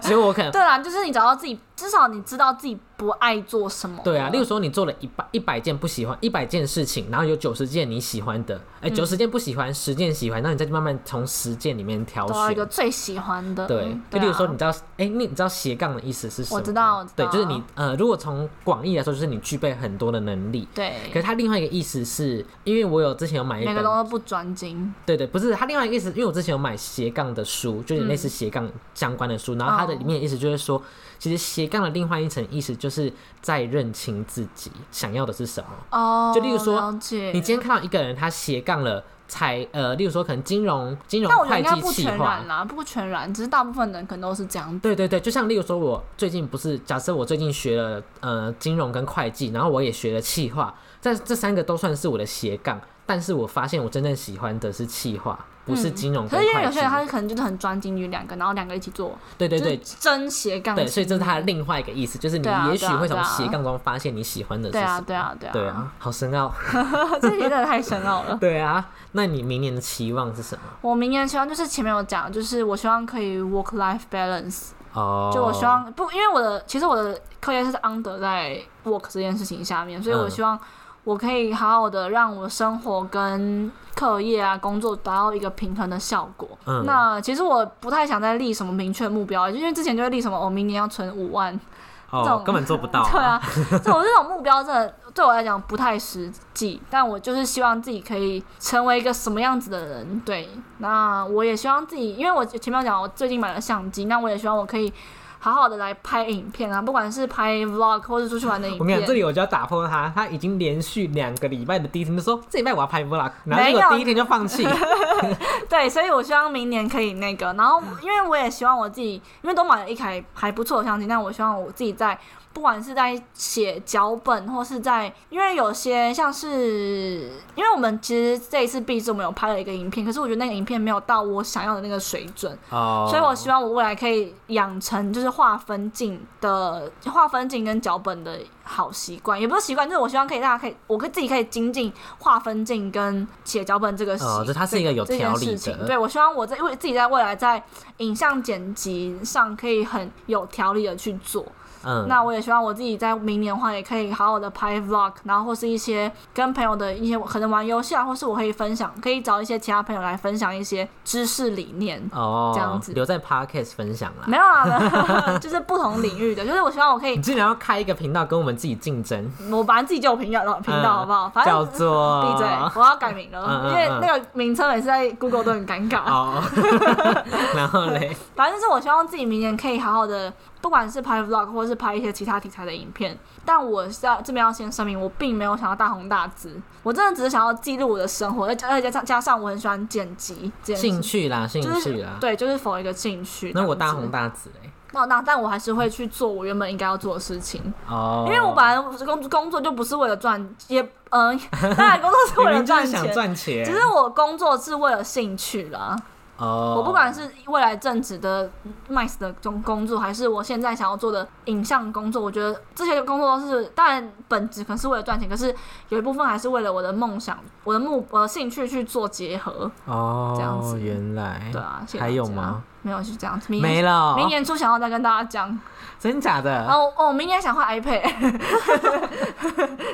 Speaker 2: 所以我可能。
Speaker 1: 对啊啦，就是你找到自己，至少你知道自己不爱做什么。
Speaker 2: 对啊，例如说你做了一百一百件不喜欢一百件事情，然后有九十件你喜欢的，哎、
Speaker 1: 嗯
Speaker 2: 九十件不喜欢，十件喜欢，那你再慢慢从十件里面挑
Speaker 1: 找到一
Speaker 2: 选
Speaker 1: 个。最喜欢的。
Speaker 2: 对
Speaker 1: 嗯，
Speaker 2: 就例如说，
Speaker 1: 啊
Speaker 2: 你知道，哎、你你知道斜杠的意思是什么
Speaker 1: 我
Speaker 2: 吗？
Speaker 1: 知道我知
Speaker 2: 对，
Speaker 1: 道
Speaker 2: 就是你呃，如果从广义来说，就是你具备很多的能力。可
Speaker 1: 对，
Speaker 2: 是它另外一个意思是，因为我有之前有买一
Speaker 1: 每
Speaker 2: 本
Speaker 1: 个，都不专精。
Speaker 2: 对对，不是它另外一意思，因为我之前有买斜杠的书，就是类似斜杠相关的书，然后它的
Speaker 1: 嗯哦
Speaker 2: 里面的意思就是说，其实斜杠的另外一层意思就是在认清自己想要的是什么。
Speaker 1: 哦，
Speaker 2: 就例如说
Speaker 1: 了解
Speaker 2: 你今天看到一个人他斜杠了财，呃，例如说可能金融、金融
Speaker 1: 但我觉得
Speaker 2: 会
Speaker 1: 应该
Speaker 2: 计、
Speaker 1: 不
Speaker 2: 企
Speaker 1: 全
Speaker 2: 划
Speaker 1: 然，啦，不全然，只是大部分人可能都是这样。
Speaker 2: 对对对，就像例如说，我最近不是假设我最近学了呃金融跟会计，然后我也学了企划，这这三个都算是我的斜杠，但是我发现我真正喜欢的是企划，不是金融
Speaker 1: 嗯可
Speaker 2: 跟
Speaker 1: 是因为
Speaker 2: 会
Speaker 1: 有
Speaker 2: 计。
Speaker 1: 些人他可能就是很专精于两个，然后两个一起做，
Speaker 2: 对对对
Speaker 1: 就是真斜杠
Speaker 2: 对，
Speaker 1: 青
Speaker 2: 所以这是他的另外一个意思，就是你
Speaker 1: 对啊
Speaker 2: 也许
Speaker 1: 对啊
Speaker 2: 会从
Speaker 1: 对啊
Speaker 2: 斜杠中发现你喜欢的是
Speaker 1: 对
Speaker 2: 什
Speaker 1: 啊
Speaker 2: 么。
Speaker 1: 对啊对啊
Speaker 2: 对，啊，好深奥。
Speaker 1: 这题真的太深奥了。
Speaker 2: 对啊，那你明年的期望是什么？
Speaker 1: 我明年希望就是前面有讲，就是我希望可以 work life balance，
Speaker 2: 哦，
Speaker 1: 就我希望不，因为我的其实我的课业是 under 在 work 这件事情下面，所以我
Speaker 2: 嗯
Speaker 1: 希望我可以好好的让我生活跟课业啊工作达到一个平衡的效果。
Speaker 2: 嗯
Speaker 1: 那其实我不太想再立什么明确目标，因为之前就会立什么我、明年要存五万，这
Speaker 2: 哦
Speaker 1: 种，
Speaker 2: 根本做不到、
Speaker 1: 对啊，这种这种目标真的对我来讲不太实际，但我就是希望自己可以成为一个什么样子的人。对，那我也希望自己，因为我前面讲我最近买了相机，那我也希望我可以好好的来拍影片啊，不管是拍 vlog 或是出去玩的影
Speaker 2: 我跟你讲，这
Speaker 1: 片。
Speaker 2: 里我就要打破他，他已经连续两个礼拜的第一天就说这礼拜我要拍 vlog，然后
Speaker 1: 没
Speaker 2: 结
Speaker 1: 有
Speaker 2: 果第一天就放 弃。
Speaker 1: 对，所以我希望明年可以那个，然后
Speaker 2: 嗯
Speaker 1: 因为我也希望我自己，因为都买了一台还不错的相机，但我希望我自己在。不管是在写脚本，或是在，因为有些像是，因为我们其实这一次毕制我们有拍了一个影片，可是我觉得那个影片没有到我想要的那个水准，
Speaker 2: 哦
Speaker 1: 所以我希望我未来可以养成就是画分镜的画分镜跟脚本的好习惯，也不是习惯，就是我希望可以大家可以，我可以自己可以精进画分镜跟写脚本这个习，
Speaker 2: 哦就它是一个有
Speaker 1: 这件
Speaker 2: 条理
Speaker 1: 事
Speaker 2: 的
Speaker 1: 情。对我希望我在为自己在未来在影像剪辑上可以很有条理的去做。
Speaker 2: 嗯，
Speaker 1: 那我也希望我自己在明年的话，也可以好好的拍 vlog，然后或是一些跟朋友的一些可能玩游戏啊，或是我可以分享，可以找一些其他朋友来分享一些知识理念。
Speaker 2: 哦
Speaker 1: 这样子
Speaker 2: 留在 podcast 分享 啦。
Speaker 1: 没有啦， 没有就是不同领域的，就是我希望我可以
Speaker 2: 你，竟然要开一个频道跟我们自己竞争，嗯
Speaker 1: 我反正自己就有频道频道，好不好？反
Speaker 2: 叫
Speaker 1: 正
Speaker 2: 做
Speaker 1: 闭嘴，我要改名了，
Speaker 2: 嗯嗯
Speaker 1: 因为那个名称每次在 Google 都很尴尬。
Speaker 2: 哦， 然后嘞，
Speaker 1: 反正就是我希望自己明年可以好好的，不管是拍 vlog 或是拍一些其他题材的影片。但我是要这边要先声明，我并没有想要大红大紫，我真的只是想要记录我的生活，而且而且加上加上我很喜欢剪辑 这件
Speaker 2: 兴
Speaker 1: 事情，
Speaker 2: 趣啦，兴
Speaker 1: 就是
Speaker 2: 趣啦。
Speaker 1: 对，就是否一个兴趣。
Speaker 2: 那我
Speaker 1: 这样
Speaker 2: 大
Speaker 1: 子
Speaker 2: 红，大紫嘞，
Speaker 1: 那那但我还是会去做我原本应该要做的事情，
Speaker 2: 哦，
Speaker 1: 因为我本来工工作就不是为了赚，也嗯、 当然工作是为
Speaker 2: 明
Speaker 1: 了
Speaker 2: 明就
Speaker 1: 赚
Speaker 2: 是想
Speaker 1: 钱。
Speaker 2: 赚钱，
Speaker 1: 只是我工作是为了兴趣啦，
Speaker 2: 哦，
Speaker 1: 我不管是未来正职的 MICE 的工工作，还是我现在想要做的影像工作，我觉得这些工作都是当然本质可能是为了赚钱，可是有一部分还是为了我的梦想、我的目、我的兴趣去做结合。
Speaker 2: 哦，
Speaker 1: 这样子
Speaker 2: 原来
Speaker 1: 对啊，谢谢
Speaker 2: 哎还有
Speaker 1: 大家
Speaker 2: 吗？？
Speaker 1: 没有，就这样。明
Speaker 2: 没了，啊
Speaker 1: 明年初想要再跟大家讲，
Speaker 2: 真假的
Speaker 1: 然？后哦，明年想换 iPad，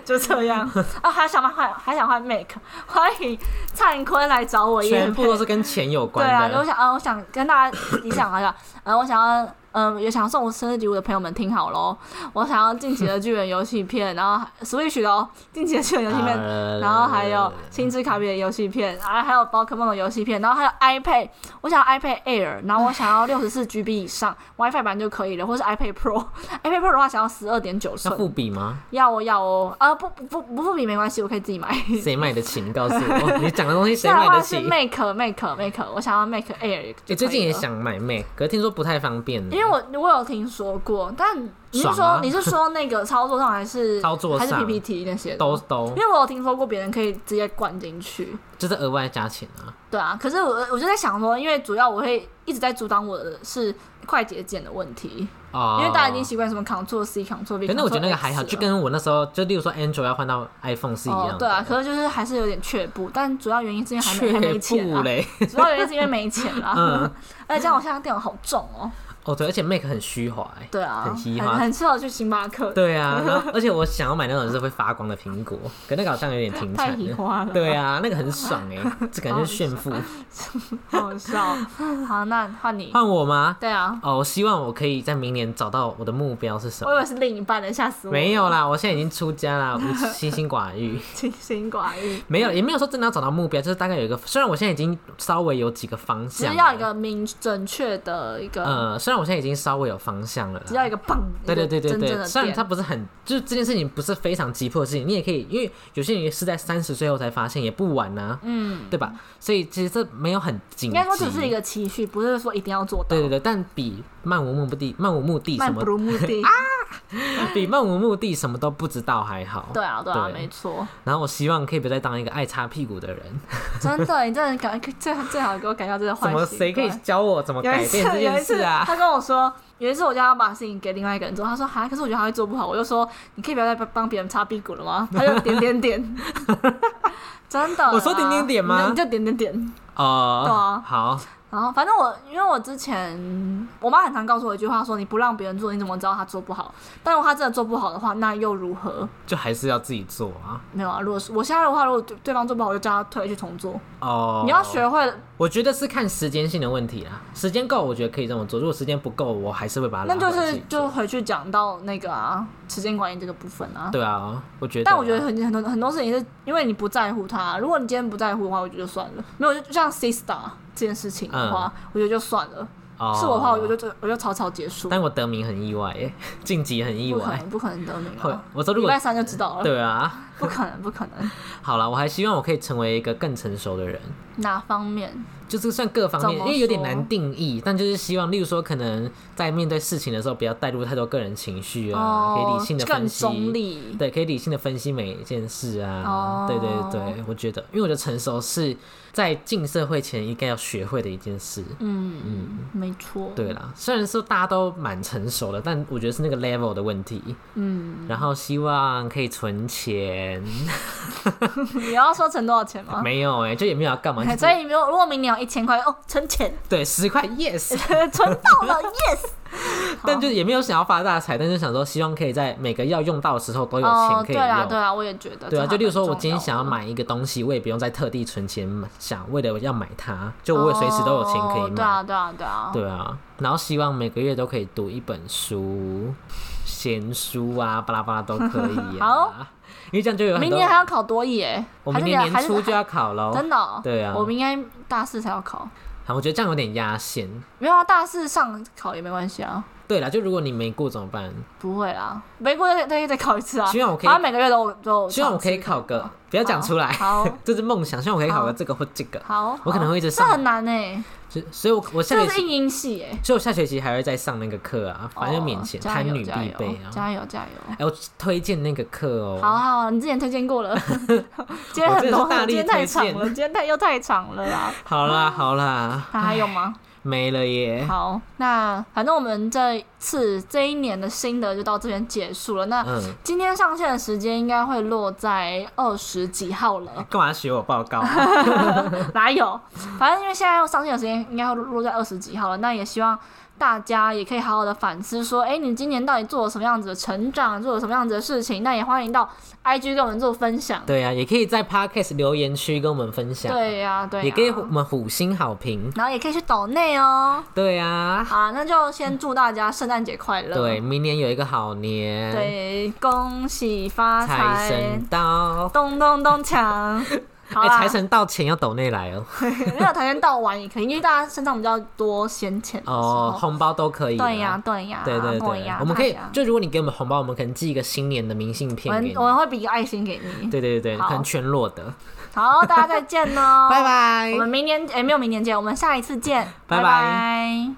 Speaker 1: 就这样。啊，还想换，还想换 Mac，欢迎灿坤来找我业
Speaker 2: 全部
Speaker 1: 配
Speaker 2: 都是跟钱有
Speaker 1: 对
Speaker 2: 关
Speaker 1: 啊，
Speaker 2: 的
Speaker 1: 我。想啊，我想跟大家理想一下， 呃，我想要，嗯、有想送我生日礼物的朋友们听好喽，我想要《进击的巨人》游戏片，然后 Switch 的哦，《进击的巨人》游戏片，
Speaker 2: 呃
Speaker 1: 然后还有《星之卡比》的游戏片，啊，还有宝可梦的游戏片，然后还有 iPad，我想要 iPad Air，然后我想要六十四 GB 以上 WiFi 版就可以了，或是 iPad Pro，iPad Pro 的话想要十二点九
Speaker 2: 要复
Speaker 1: 寸，
Speaker 2: 笔吗？
Speaker 1: 要哦要哦，啊不不不不付笔没关系，我可以自己买。
Speaker 2: 谁买得起？你告 诉我，哦你讲的东西谁
Speaker 1: 现在的
Speaker 2: 买
Speaker 1: 话
Speaker 2: 得
Speaker 1: 是
Speaker 2: 起？
Speaker 1: Make Make Make，我想要 Make Air 就可以了。
Speaker 2: 你最近也想买 Mac，可是听说不太方便。
Speaker 1: 因为我我有听说过，但你是
Speaker 2: 爽
Speaker 1: 说、
Speaker 2: 啊
Speaker 1: 你是说那个操作上还是
Speaker 2: 操作
Speaker 1: 还是
Speaker 2: 上
Speaker 1: PPT 那些的
Speaker 2: 都都
Speaker 1: 因为我有听说过别人可以直接灌进去，
Speaker 2: 就是额外加钱啊。
Speaker 1: 对啊。可是我我就在想说，因为主要我会一直在阻挡我的是快捷键的问题，
Speaker 2: 哦，
Speaker 1: 因为大家已经习惯什么 Ctrl C、Ctrl V。
Speaker 2: 可是我觉得那个还好，就跟我那时候就例如说 Android 要换到 iPhone 是一样
Speaker 1: 啊哦
Speaker 2: 的。
Speaker 1: 对啊，可是就是还是有点却步，但主要原因是因为还没还没
Speaker 2: 却
Speaker 1: 钱
Speaker 2: 步
Speaker 1: 啊，
Speaker 2: 嘞。 嗯
Speaker 1: 主要原因是因为没钱啊。而且这样我现在电脑好重哦，
Speaker 2: 哦对，而且 Mac 很虚华、欸，
Speaker 1: 对啊，
Speaker 2: 很嘻哈
Speaker 1: 很很适合去星巴克，
Speaker 2: 对啊，然后而且我想要买那种是会发光的苹果，可那个好像有点停
Speaker 1: 太
Speaker 2: 产
Speaker 1: 喜
Speaker 2: 了。
Speaker 1: 欢了，
Speaker 2: 对啊，那个很爽哎、这感觉是炫富。
Speaker 1: 好 笑。好，那换你。
Speaker 2: 换我吗？
Speaker 1: 对啊，
Speaker 2: 哦，我希望我可以在明年找到我的目标是什
Speaker 1: 我以
Speaker 2: 么？
Speaker 1: 为是另一半的，吓死我！
Speaker 2: 没有，啦，我现在已经出家啦，我清心寡 欲。
Speaker 1: 清心寡欲，
Speaker 2: 没有，也没有说真的要找到目标，就是大概有一个。虽然我现在已经稍微有几个方
Speaker 1: 只
Speaker 2: 向，
Speaker 1: 要一个明准确的一个，
Speaker 2: 呃，虽然我现在已经稍微有方向了啦，
Speaker 1: 只要一个棒，
Speaker 2: 对对对对
Speaker 1: 一个真正
Speaker 2: 对，
Speaker 1: 的
Speaker 2: 虽然
Speaker 1: 点
Speaker 2: 它不是很，就是这件事情不是非常急迫的事情，你也可以，因为有些人也是在三十岁后才发现，也不晚呐、
Speaker 1: 嗯，
Speaker 2: 对吧？所以其实这没有很紧
Speaker 1: 应
Speaker 2: 急，
Speaker 1: 该说只是一个期许，不是说一定要做到。
Speaker 2: 对对对，但比漫无目的、漫无目的什
Speaker 1: 漫不
Speaker 2: 么，
Speaker 1: 如目 的
Speaker 2: 比漫无目的什么都不知道还好。
Speaker 1: 对啊，对啊，
Speaker 2: 对
Speaker 1: 没错，
Speaker 2: 然后我希望可以不要再当一个爱擦屁股的人。
Speaker 1: 真的，你真的改，最最好给我改掉这个坏
Speaker 2: 怎
Speaker 1: 习惯。
Speaker 2: 么谁可以教我怎么
Speaker 1: 有
Speaker 2: 改
Speaker 1: 一
Speaker 2: 变这
Speaker 1: 次，有
Speaker 2: 件
Speaker 1: 一次
Speaker 2: 事啊？
Speaker 1: 他跟我说，有一次我叫他把事情给另外一个人做，他说哈，可是我觉得他会做不好，我就说你可以不要再帮帮别人擦屁股了吗？ 他就点点点， 真的啦，
Speaker 2: 我说点点点吗
Speaker 1: 你就点点点。
Speaker 2: 哦，
Speaker 1: 对啊
Speaker 2: 好，
Speaker 1: 然后反正我，因为我之前我妈很常告诉我一句话，说你不让别人做，你怎么知道他做不好？但如果他真的做不好的话，那又如何？
Speaker 2: 就还是要自己做啊。
Speaker 1: 没有啊，如果是我现在的话，如果对对方做不好，我就叫他退去重做。
Speaker 2: 哦，
Speaker 1: 你要学会，
Speaker 2: 我觉得是看时间性的问题啦，时间够，我觉得可以这么做；如果时间不够，我还是会把
Speaker 1: 那
Speaker 2: 它拉回
Speaker 1: 就
Speaker 2: 来自
Speaker 1: 是
Speaker 2: 己做。
Speaker 1: 就回去讲到那个啊，时间管理这个部分啊。
Speaker 2: 对啊，我觉得。
Speaker 1: 但我觉得很很多很多事情是因为你不在乎它，如果你今天不在乎的话，我觉得就算了。没有，就就像 C star 这件事情的话，我觉得就算了。
Speaker 2: 嗯哦
Speaker 1: 是我的话，我就就我就草草结束。
Speaker 2: 但我得名很意外耶，晋级很意
Speaker 1: 不可
Speaker 2: 外。
Speaker 1: 能，不可能得名
Speaker 2: 会
Speaker 1: 啊！，
Speaker 2: 我说如
Speaker 1: 礼
Speaker 2: 果
Speaker 1: 拜三就知道了，
Speaker 2: 对啊，
Speaker 1: 不可能，不可能。
Speaker 2: 好了，我还希望我可以成为一个更成熟的人，
Speaker 1: 哪方面？
Speaker 2: 就是算各方面，
Speaker 1: 怎
Speaker 2: 因
Speaker 1: 么
Speaker 2: 为有点
Speaker 1: 说
Speaker 2: 难定义，但就是希望，例如说，可能在面对事情的时候，不要带入太多个人情绪啊，可以理性的
Speaker 1: 哦更
Speaker 2: 分析，
Speaker 1: 中立。
Speaker 2: 对，可以理性的分析每一件事啊。
Speaker 1: 哦
Speaker 2: 对对对，我觉得，因为我的成熟是在进社会前应该要学会的一件事。
Speaker 1: 嗯没错。
Speaker 2: 对啦，虽然说大家都蛮成熟的，但我觉得是那个 level 的问题。
Speaker 1: 嗯，
Speaker 2: 然后希望可以存钱，
Speaker 1: 你要说存多少钱吗？
Speaker 2: 没有哎、就也没有要干嘛，就
Speaker 1: 所以，如果如果明年有一千块，哦，存钱，
Speaker 2: 对十块 yes，
Speaker 1: 存到了，yes。
Speaker 2: 但就也没有想要发大财，但就想说希望可以在每个要用到的时候 都有钱
Speaker 1: 哦，
Speaker 2: 可
Speaker 1: 对
Speaker 2: 以用。
Speaker 1: 啦，对啦，我也觉得。
Speaker 2: 对
Speaker 1: 这
Speaker 2: 啊，
Speaker 1: 还
Speaker 2: 就例如
Speaker 1: 蛮
Speaker 2: 说，我
Speaker 1: 重
Speaker 2: 今天
Speaker 1: 要
Speaker 2: 想要
Speaker 1: 的
Speaker 2: 买一个东西，我也不用再特地存钱买想为了要买它，就我也随时都有钱可以
Speaker 1: 哦
Speaker 2: 买。
Speaker 1: 对啊，对啊，对啊。
Speaker 2: 对啊，然后希望每个月都可以读一本书，闲书啊，巴拉巴拉都可 以
Speaker 1: 好
Speaker 2: 啊。因为这样就有很
Speaker 1: 明
Speaker 2: 多。
Speaker 1: 年还要考多艺哎，
Speaker 2: 我
Speaker 1: 还
Speaker 2: 明
Speaker 1: 是
Speaker 2: 年
Speaker 1: 你还
Speaker 2: 年
Speaker 1: 是
Speaker 2: 初就要考喽。
Speaker 1: 真的哦。
Speaker 2: 对啊
Speaker 1: 我们应该大四才要考，
Speaker 2: 好，我觉得这样有点压线。
Speaker 1: 没有啊，大四上考也没关系啊。
Speaker 2: 对啦，就如果你没过怎么办？
Speaker 1: 不会啦，没过再再再考一次啊。
Speaker 2: 希望我可以
Speaker 1: 反正每个月都都。
Speaker 2: 希望我可以考个，不要讲出来，
Speaker 1: 哦好
Speaker 2: 这是梦想。希望我可以考个
Speaker 1: 好
Speaker 2: 这个或这个，
Speaker 1: 好，
Speaker 2: 我可能
Speaker 1: 好
Speaker 2: 会一直
Speaker 1: 这
Speaker 2: 上
Speaker 1: 很难哎，
Speaker 2: 就所以我我下
Speaker 1: 这
Speaker 2: 学
Speaker 1: 是
Speaker 2: 期，
Speaker 1: 应音系哎。
Speaker 2: 所以我下学期还会再上那个课啊，反正就免钱，
Speaker 1: 哦加
Speaker 2: 贪
Speaker 1: 油
Speaker 2: 女
Speaker 1: 加
Speaker 2: 必
Speaker 1: 油
Speaker 2: 备啊。
Speaker 1: 加油加油！
Speaker 2: 哎，我推荐那个课哦。
Speaker 1: 好啊好啊，你之前推荐过了，今天
Speaker 2: 我真的
Speaker 1: 很
Speaker 2: 是
Speaker 1: 多
Speaker 2: 大，力
Speaker 1: 今天太
Speaker 2: 推
Speaker 1: 长
Speaker 2: 荐
Speaker 1: 了，今天太又太长了啦。
Speaker 2: 好啦好啦，
Speaker 1: 那还有吗？
Speaker 2: 没了耶。
Speaker 1: 好，那反正我们这次这一年的心得就到这边结束了。那
Speaker 2: 嗯，，
Speaker 1: 今天上线的时间应该会落在二十几号了
Speaker 2: 干嘛学我报告啊？
Speaker 1: 哪有？反正因为现在要上线的时间应该会落在二十几号了。那也希望大家也可以好好的反思，说，哎、你今年到底做了什么样子的成长，做了什么样子的事情？那也欢迎到 IG 跟我们做分享。
Speaker 2: 对呀、啊，也可以在 podcast 留言区跟我们分享，啊
Speaker 1: 对呀、对、呀啊
Speaker 2: 也给我们五星好评。
Speaker 1: 然后也可以去抖内哦。
Speaker 2: 对呀、啊，
Speaker 1: 好，那就先祝大家圣诞节快乐。
Speaker 2: 对，明年有一个好年，，
Speaker 1: 对，恭喜发
Speaker 2: 嗯财神到。
Speaker 1: 咚咚咚 锵！好
Speaker 2: 哎，
Speaker 1: 啦，
Speaker 2: 财、神到钱要抖内来 哦，
Speaker 1: 没有财神到晚也可以，因为大家身上比较多闲钱的时候。
Speaker 2: 哦，红包都可以啦。啊
Speaker 1: 对呀，对呀，
Speaker 2: 对对
Speaker 1: 啊跟我
Speaker 2: 对
Speaker 1: 一样
Speaker 2: 我们可以
Speaker 1: 大家
Speaker 2: 就如果你给我们红包，我们可能寄一个新年的明信
Speaker 1: 我
Speaker 2: 片给
Speaker 1: 们
Speaker 2: 你。
Speaker 1: 我们会比个爱心给你。
Speaker 2: 对对对，
Speaker 1: 好
Speaker 2: 可能全裸的。
Speaker 1: 好，大家再见喽，哦
Speaker 2: 拜。拜
Speaker 1: 我。们明年哎，没有明年见，我们下一次见，
Speaker 2: 拜拜
Speaker 1: 拜